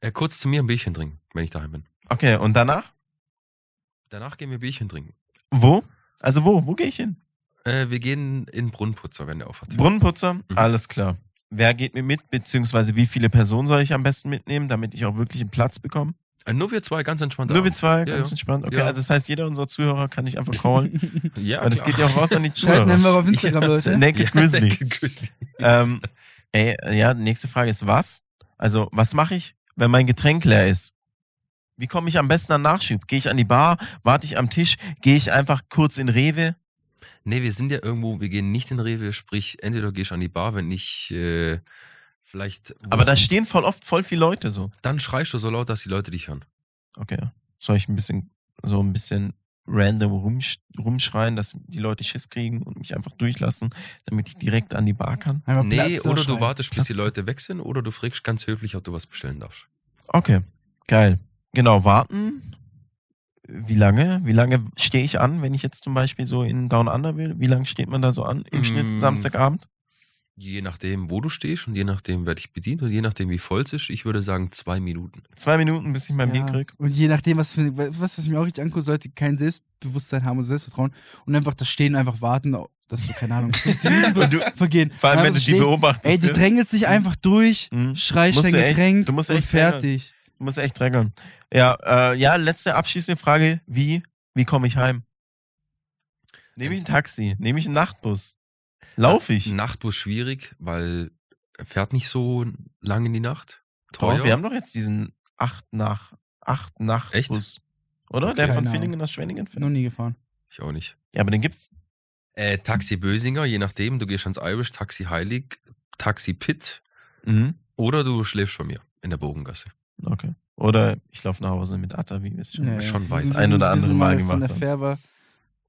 Speaker 3: Äh, kurz zu mir ein Bierchen trinken, wenn ich daheim bin.
Speaker 1: Okay, und danach?
Speaker 3: Danach gehen wir Bierchen trinken.
Speaker 1: Wo? Also, wo? Wo gehe ich hin?
Speaker 3: Äh, wir gehen in Brunnenputzer, wenn der aufhat.
Speaker 1: Brunnenputzer? Alles klar. Wer geht mir mit? Beziehungsweise, wie viele Personen soll ich am besten mitnehmen, damit ich auch wirklich einen Platz bekomme?
Speaker 3: äh, nur wir zwei, ganz entspannt.
Speaker 1: Nur wir zwei,
Speaker 3: Ja,
Speaker 1: ganz
Speaker 3: ja.
Speaker 1: entspannt. Okay,
Speaker 3: Ja.
Speaker 1: also das heißt, jeder unserer Zuhörer kann ich einfach callen.
Speaker 2: [LAUGHS]
Speaker 3: zwei. [LAUGHS] Ja,
Speaker 1: Weil das geht ja
Speaker 3: [LAUGHS]
Speaker 1: auch raus an die
Speaker 2: Schreibt
Speaker 1: Zuhörer.
Speaker 2: einfach auf Instagram, Leute.
Speaker 1: Naked Grizzly.
Speaker 3: Grizzly.
Speaker 1: ähm, ey, ja, nächste Frage ist, was? Also, was mache ich, wenn mein Getränk leer ist? Wie komme ich am besten an Nachschub? Gehe ich an die Bar? Warte ich am Tisch? Gehe ich einfach kurz in Rewe?
Speaker 3: Nee, wir sind ja irgendwo, wir gehen nicht in Rewe, sprich, entweder gehst du an die Bar, wenn nicht, äh, vielleicht.
Speaker 1: Aber da stehen voll oft voll viele Leute so.
Speaker 3: dann schreist du so laut, dass die Leute dich hören.
Speaker 1: Okay. Soll ich ein bisschen, so ein bisschen random rumsch rumschreien, dass die Leute Schiss kriegen und mich einfach durchlassen, damit ich direkt an die Bar kann?
Speaker 2: Einmal
Speaker 3: nee,
Speaker 2: Platz da
Speaker 3: oder du
Speaker 2: schreien.
Speaker 3: wartest, bis die
Speaker 1: Platz.
Speaker 3: Leute weg sind, oder du fragst ganz höflich, ob du was bestellen darfst.
Speaker 1: Okay, geil. Genau,
Speaker 2: Mhm.
Speaker 1: warten. Wie lange? Wie lange stehe ich an, wenn ich jetzt zum Beispiel so in Down Under will? Wie lange steht man da so an im Schnitt
Speaker 3: Mm.
Speaker 1: Samstagabend?
Speaker 3: Je nachdem, wo du stehst und je nachdem, wer dich bedient und je nachdem, wie voll es ist, ich würde sagen zwei Minuten.
Speaker 1: Zwei Minuten, bis ich mein Bier krieg.
Speaker 2: Und je nachdem, was für was, was ich mir auch richtig angucke, sollte kein Selbstbewusstsein haben und Selbstvertrauen und einfach da stehen, einfach warten, dass so, keine Ahnung, 15 Minuten [LAUGHS] vergehen.
Speaker 1: Vor allem,
Speaker 2: [LAUGHS] Und
Speaker 1: wenn
Speaker 2: einfach
Speaker 1: du die
Speaker 2: stehen,
Speaker 1: beobachtest.
Speaker 2: Ey, die
Speaker 1: ja.
Speaker 2: drängelt sich einfach durch,
Speaker 1: Mhm.
Speaker 2: schreist
Speaker 1: Musst
Speaker 2: dein
Speaker 1: du echt-
Speaker 2: Getränk
Speaker 1: du musst
Speaker 2: und
Speaker 1: echt drängern.
Speaker 2: fertig.
Speaker 1: Du musst echt drängeln. Ja, äh, ja, letzte abschließende Frage. Wie, wie komme ich heim? Nehme ich ein Taxi? Nehme ich einen Nachtbus? Lauf ich?
Speaker 3: Nachtbus schwierig, weil er fährt nicht so lang in die Nacht. Teuer.
Speaker 1: Doch, wir haben doch jetzt diesen 8 nach 8
Speaker 3: Echt?
Speaker 1: Nachtbus. Oder?
Speaker 3: Okay.
Speaker 1: Der von
Speaker 2: Keine
Speaker 1: Villingen nach Schwenningen fährt.
Speaker 2: Noch nie gefahren.
Speaker 3: ich auch nicht.
Speaker 1: Ja, aber den gibt's.
Speaker 3: Äh, Taxi Bösinger, je nachdem, du gehst ans Irish, Taxi Heilig, Taxi Pit
Speaker 1: Mhm.
Speaker 3: oder du schläfst bei mir in der Bogengasse.
Speaker 1: Okay. Oder ich laufe nach Hause mit Atta, wie wir es schon.
Speaker 2: Ja, ja.
Speaker 3: schon
Speaker 2: Wir
Speaker 3: weit.
Speaker 2: sind- wir
Speaker 1: Ein
Speaker 2: sind-
Speaker 1: oder
Speaker 2: wir
Speaker 1: andere
Speaker 2: sind
Speaker 1: Mal
Speaker 2: von
Speaker 1: gemacht
Speaker 2: der
Speaker 1: haben.
Speaker 2: Färber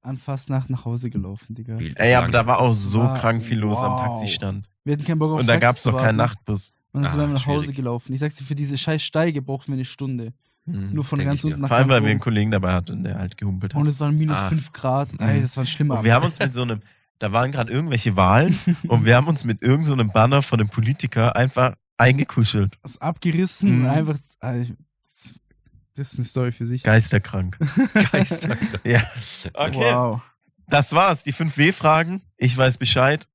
Speaker 2: an Fastnacht nach Hause gelaufen, Digga.
Speaker 3: Viel zu
Speaker 1: Ey, aber
Speaker 3: lange.
Speaker 1: da war auch
Speaker 2: Das
Speaker 1: so
Speaker 2: war-
Speaker 1: krank viel los am
Speaker 2: wow.
Speaker 1: Taxistand.
Speaker 2: Wir hatten keinen Bock auf
Speaker 1: Und da
Speaker 2: Taxi
Speaker 1: gab es
Speaker 2: zu
Speaker 1: noch keinen
Speaker 2: warten.
Speaker 1: Nachtbus.
Speaker 2: Und dann sind
Speaker 3: Ah,
Speaker 2: wir nach Hause
Speaker 3: schwierig.
Speaker 2: gelaufen. Ich sag's dir, für diese scheiß Steige brauchten wir eine Stunde.
Speaker 1: Hm,
Speaker 3: Mhm,
Speaker 2: Nur von
Speaker 3: denk
Speaker 2: ganz
Speaker 3: ich mir.
Speaker 2: unten nach
Speaker 1: Vor allem,
Speaker 2: ganz
Speaker 1: weil wir einen
Speaker 2: oben.
Speaker 1: Kollegen dabei hatten, der halt gehumpelt hat.
Speaker 2: Und es waren minus
Speaker 3: Ah.
Speaker 2: 5 Grad. Ey,
Speaker 1: Mhm.
Speaker 2: das war ein schlimmer
Speaker 1: Und wir haben
Speaker 2: Abend.
Speaker 1: uns mit so einem, da waren gerade irgendwelche
Speaker 2: [LAUGHS]
Speaker 1: Wahlen und wir haben uns mit irgendeinem so einem Banner von einem Politiker einfach eingekuschelt.
Speaker 2: Das abgerissen und
Speaker 1: Mhm.
Speaker 2: einfach. Alter, Das das ist eine Story für
Speaker 1: [LAUGHS]
Speaker 2: sich.
Speaker 1: Geisterkrank.
Speaker 3: [LAUGHS] Geister.
Speaker 1: Ja.
Speaker 3: Okay.
Speaker 2: Wow.
Speaker 1: Das war's. Die 5W-Fragen. Ich weiß Bescheid.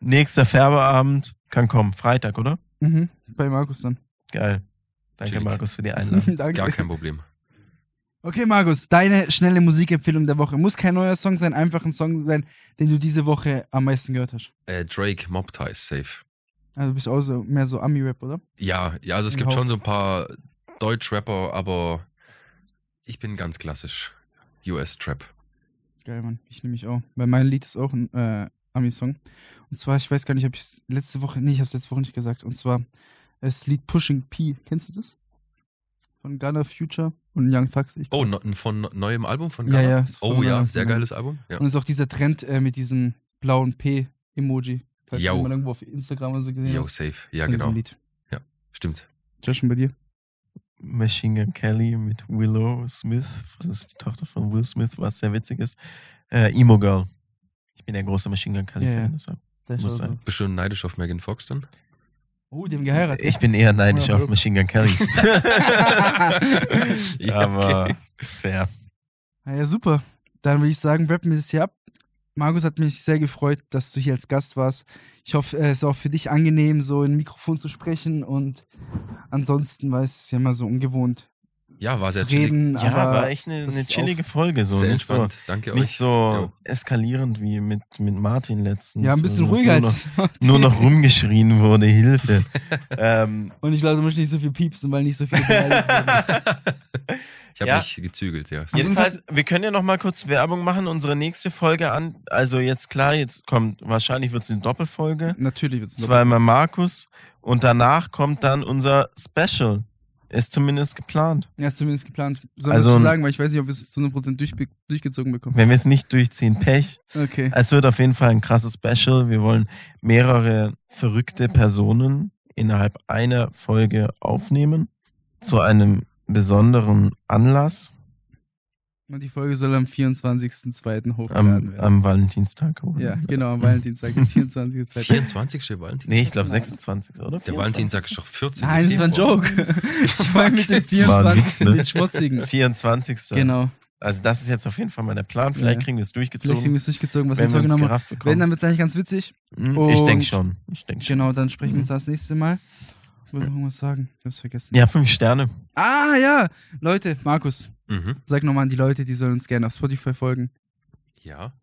Speaker 1: Nächster Färbeabend kann kommen. Freitag, oder?
Speaker 2: Mhm. Bei
Speaker 1: [LAUGHS]
Speaker 2: Markus dann.
Speaker 1: Geil. Danke,
Speaker 3: Chillig.
Speaker 1: Markus, für die Einladung.
Speaker 2: Danke.
Speaker 3: Gar kein Problem.
Speaker 2: Okay, Markus, deine schnelle Musikempfehlung der Woche. Muss kein neuer Song sein, einfach ein Song sein, den du diese Woche am meisten gehört hast.
Speaker 3: Äh, Drake, Mob Ties, safe.
Speaker 2: Also du bist auch so, mehr so Ami-Rap, oder?
Speaker 3: Ja, ja, also es
Speaker 2: Den
Speaker 3: gibt
Speaker 2: Haupt-
Speaker 3: schon so ein paar Deutschrapper, aber ich bin ganz klassisch. US-Trap.
Speaker 2: Geil, Mann. Ich nehme mich auch. Weil mein Lied ist auch ein äh, Ami-Song. Und zwar, ich weiß gar nicht, ob ich es letzte Woche. Nee, ich habe es letzte Woche nicht gesagt. Und zwar das Lied Pushing P. Kennst du das? Von Gunner Future und Young Thugs. Ich
Speaker 3: Oh, no, von neuem Album von
Speaker 2: Ja,
Speaker 3: Ghana?
Speaker 2: ja, ist von
Speaker 3: Oh ja,
Speaker 2: Ghana,
Speaker 3: sehr
Speaker 2: von Ghana.
Speaker 3: geiles Album. Ja.
Speaker 2: Und es ist auch dieser Trend äh, mit diesem blauen P-Emoji. Falls
Speaker 3: Yo.
Speaker 2: du den mal irgendwo auf Instagram oder so gesehen
Speaker 3: Yo,
Speaker 2: hast.
Speaker 3: safe.
Speaker 2: Das
Speaker 3: Ja,
Speaker 2: von diesem
Speaker 3: genau.
Speaker 2: Lied.
Speaker 3: Stimmt.
Speaker 2: Joshua, bei dir?
Speaker 1: Machine Gun Kelly mit Willow Smith. Das ist die Tochter von Will Smith, was sehr witzig ist. Äh, Emo Girl. Ich bin der große Machine Gun Kelly-Fan.
Speaker 2: Ja, ja.
Speaker 1: deshalb.
Speaker 2: Der ist
Speaker 1: Muss
Speaker 2: auch so-
Speaker 1: sein.
Speaker 3: Bist du neidisch auf Megan Fox dann? [LAUGHS]
Speaker 2: Oh, die haben geheiratet.
Speaker 1: Ich bin eher neidisch
Speaker 2: Ja,
Speaker 1: auf
Speaker 2: hallo.
Speaker 1: Machine Gun
Speaker 2: [LAUGHS]
Speaker 1: [LAUGHS] Kelly.
Speaker 3: Ja,
Speaker 1: Aber
Speaker 3: okay.
Speaker 1: fair.
Speaker 2: Na Ah ja, super. Dann würde ich sagen, rappen wir das hier ab. Markus hat mich sehr gefreut, dass du hier als Gast warst. Ich hoffe, äh, es ist auch für dich angenehm, so in ein Mikrofon zu sprechen und ansonsten, weil es ist ja immer so ungewohnt
Speaker 3: Ja, war sehr
Speaker 2: zu
Speaker 3: chillig.
Speaker 2: reden.
Speaker 1: Ja,
Speaker 2: aber
Speaker 1: war echt eine,
Speaker 2: das
Speaker 1: eine
Speaker 2: ist
Speaker 1: chillige Folge. So.
Speaker 3: sehr
Speaker 1: Nicht so,
Speaker 3: entspannt. Danke
Speaker 1: nicht
Speaker 3: euch.
Speaker 1: so
Speaker 3: Jo.
Speaker 1: eskalierend wie mit, mit Martin letztens.
Speaker 2: ja, ein bisschen
Speaker 1: wo es
Speaker 2: ruhiger als [LAUGHS]
Speaker 1: Nur noch, nur noch rumgeschrien wurde, Hilfe. ähm,
Speaker 2: Und ich glaube, du musst nicht so viel piepsen, weil nicht so viel
Speaker 1: [LAUGHS]
Speaker 2: beleidigt werden.
Speaker 3: Ich habe
Speaker 1: Ja.
Speaker 3: mich gezügelt, ja.
Speaker 2: Ja.
Speaker 1: Jedenfalls, wir können ja noch mal kurz Werbung machen, unsere nächste Folge an. Also jetzt klar, jetzt kommt, wahrscheinlich wird es eine Doppelfolge.
Speaker 2: Natürlich wird es
Speaker 1: Zweimal Markus und danach kommt dann unser Special. Ist zumindest geplant.
Speaker 2: Ja, ist zumindest geplant. Soll
Speaker 1: Also
Speaker 2: also,
Speaker 1: ein-
Speaker 2: das sagen, weil ich weiß nicht, ob wir es zu 100% durch, durchgezogen bekommen.
Speaker 1: Wenn wir es nicht durchziehen, Pech.
Speaker 2: Okay.
Speaker 1: Es wird auf jeden Fall ein krasses Special. Wir wollen mehrere verrückte Personen innerhalb einer Folge aufnehmen. Zu einem besonderen Anlass
Speaker 2: Und die Folge soll am 24.02. hochgeladen
Speaker 1: am,
Speaker 2: werden.
Speaker 1: am Valentinstag.
Speaker 2: ja, genau, am Valentinstag,
Speaker 1: [LAUGHS]
Speaker 2: der 24.02.
Speaker 3: 24. Valentin.
Speaker 1: Nee, ich glaube 26, oder?
Speaker 3: Der
Speaker 1: 24.
Speaker 3: Valentinstag ist doch 14.
Speaker 2: Nein, das war ein
Speaker 3: Februar.
Speaker 2: Joke. [LAUGHS] Ich meine mit dem
Speaker 1: War ein Witz,
Speaker 2: 24.
Speaker 1: ne?
Speaker 2: den [LAUGHS] Schmutzigen.
Speaker 1: 24.
Speaker 2: Genau.
Speaker 1: Also das ist jetzt auf jeden Fall mein Plan. Vielleicht
Speaker 2: Ja.
Speaker 1: kriegen wir es
Speaker 2: Vielleicht kriegen wir
Speaker 1: durchgezogen,
Speaker 2: es durchgezogen, was wir
Speaker 1: wenn
Speaker 2: jetzt
Speaker 1: wir uns
Speaker 2: vorgenommen haben.
Speaker 1: gerafft
Speaker 2: Wenn,
Speaker 1: bekommen.
Speaker 2: dann wird es eigentlich ganz witzig.
Speaker 1: Hm, ich
Speaker 2: Und-
Speaker 1: denke schon. Ich denk schon.
Speaker 2: Genau, dann sprechen wir uns das nächste Mal. Ich wollte noch irgendwas sagen. Ich hab's vergessen.
Speaker 1: Ja, fünf Sterne.
Speaker 2: Ah, ja. Leute, Markus,
Speaker 3: Mhm.
Speaker 2: sag nochmal an die Leute, die sollen uns gerne auf Spotify folgen.
Speaker 3: Ja.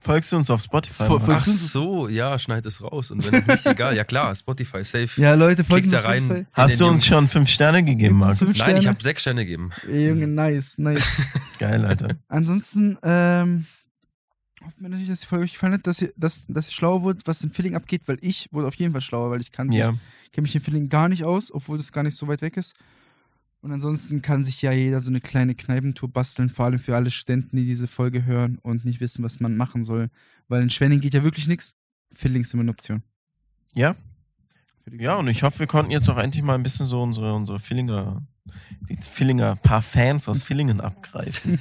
Speaker 1: Folgst du uns auf Spotify?
Speaker 2: Spo-
Speaker 1: Mann?
Speaker 3: Ach
Speaker 2: Folgst du-
Speaker 3: so, ja, schneid es raus. Und wenn nicht, egal. Ja, klar, Spotify, safe.
Speaker 2: Ja, Leute, folgt
Speaker 3: Klickt
Speaker 2: uns
Speaker 3: da
Speaker 2: auf
Speaker 3: rein.
Speaker 2: Spotify.
Speaker 1: Hast
Speaker 3: Den
Speaker 1: du uns
Speaker 3: Jungs.
Speaker 1: schon fünf Sterne gegeben,
Speaker 2: Gibt es
Speaker 1: Markus?
Speaker 2: fünf-
Speaker 3: Nein, ich
Speaker 2: Sterne?
Speaker 3: habe sechs Sterne gegeben.
Speaker 2: Ey, Junge, nice, [LAUGHS] nice.
Speaker 1: [LAUGHS] Geil, Alter.
Speaker 2: Ansonsten, ähm, hoffen wir natürlich, dass die Folge euch gefallen hat, dass ihr, dass, dass ihr schlauer wurdet, was im Filling abgeht, weil ich wurde auf jeden Fall schlauer, weil ich kann mich
Speaker 1: ja.
Speaker 2: kenne mich in Filling gar nicht aus, obwohl das gar nicht so weit weg ist. Und ansonsten kann sich ja jeder so eine kleine Kneipentour basteln, vor allem für alle Studenten, die diese Folge hören und nicht wissen, was man machen soll. Weil in Schwenning geht ja wirklich nichts. Filling ist immer eine Option.
Speaker 1: Ja.
Speaker 2: Würde
Speaker 1: ja,
Speaker 2: sagen.
Speaker 1: und ich hoffe, wir konnten jetzt auch endlich mal ein bisschen so unsere, unsere Fillinger, die Fillinger, paar Fans
Speaker 2: [LAUGHS]
Speaker 1: aus Villingen abgreifen.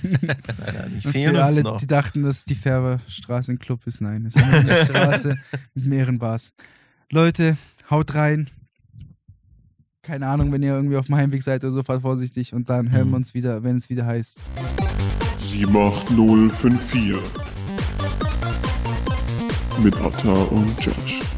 Speaker 1: Leider, die
Speaker 2: Und
Speaker 1: fehlen
Speaker 2: für
Speaker 1: uns
Speaker 2: alle,
Speaker 1: noch.
Speaker 2: die dachten, dass die Färberstraße ein Club ist. Nein, es
Speaker 1: [LAUGHS]
Speaker 2: ist eine Straße mit mehreren Bars. Leute, haut rein. Keine Ahnung, wenn ihr irgendwie auf dem Heimweg seid oder so, fahrt vorsichtig und dann hören
Speaker 1: Mhm.
Speaker 2: wir uns wieder, wenn es wieder heißt.
Speaker 4: 78054. Mit Atta und Judge.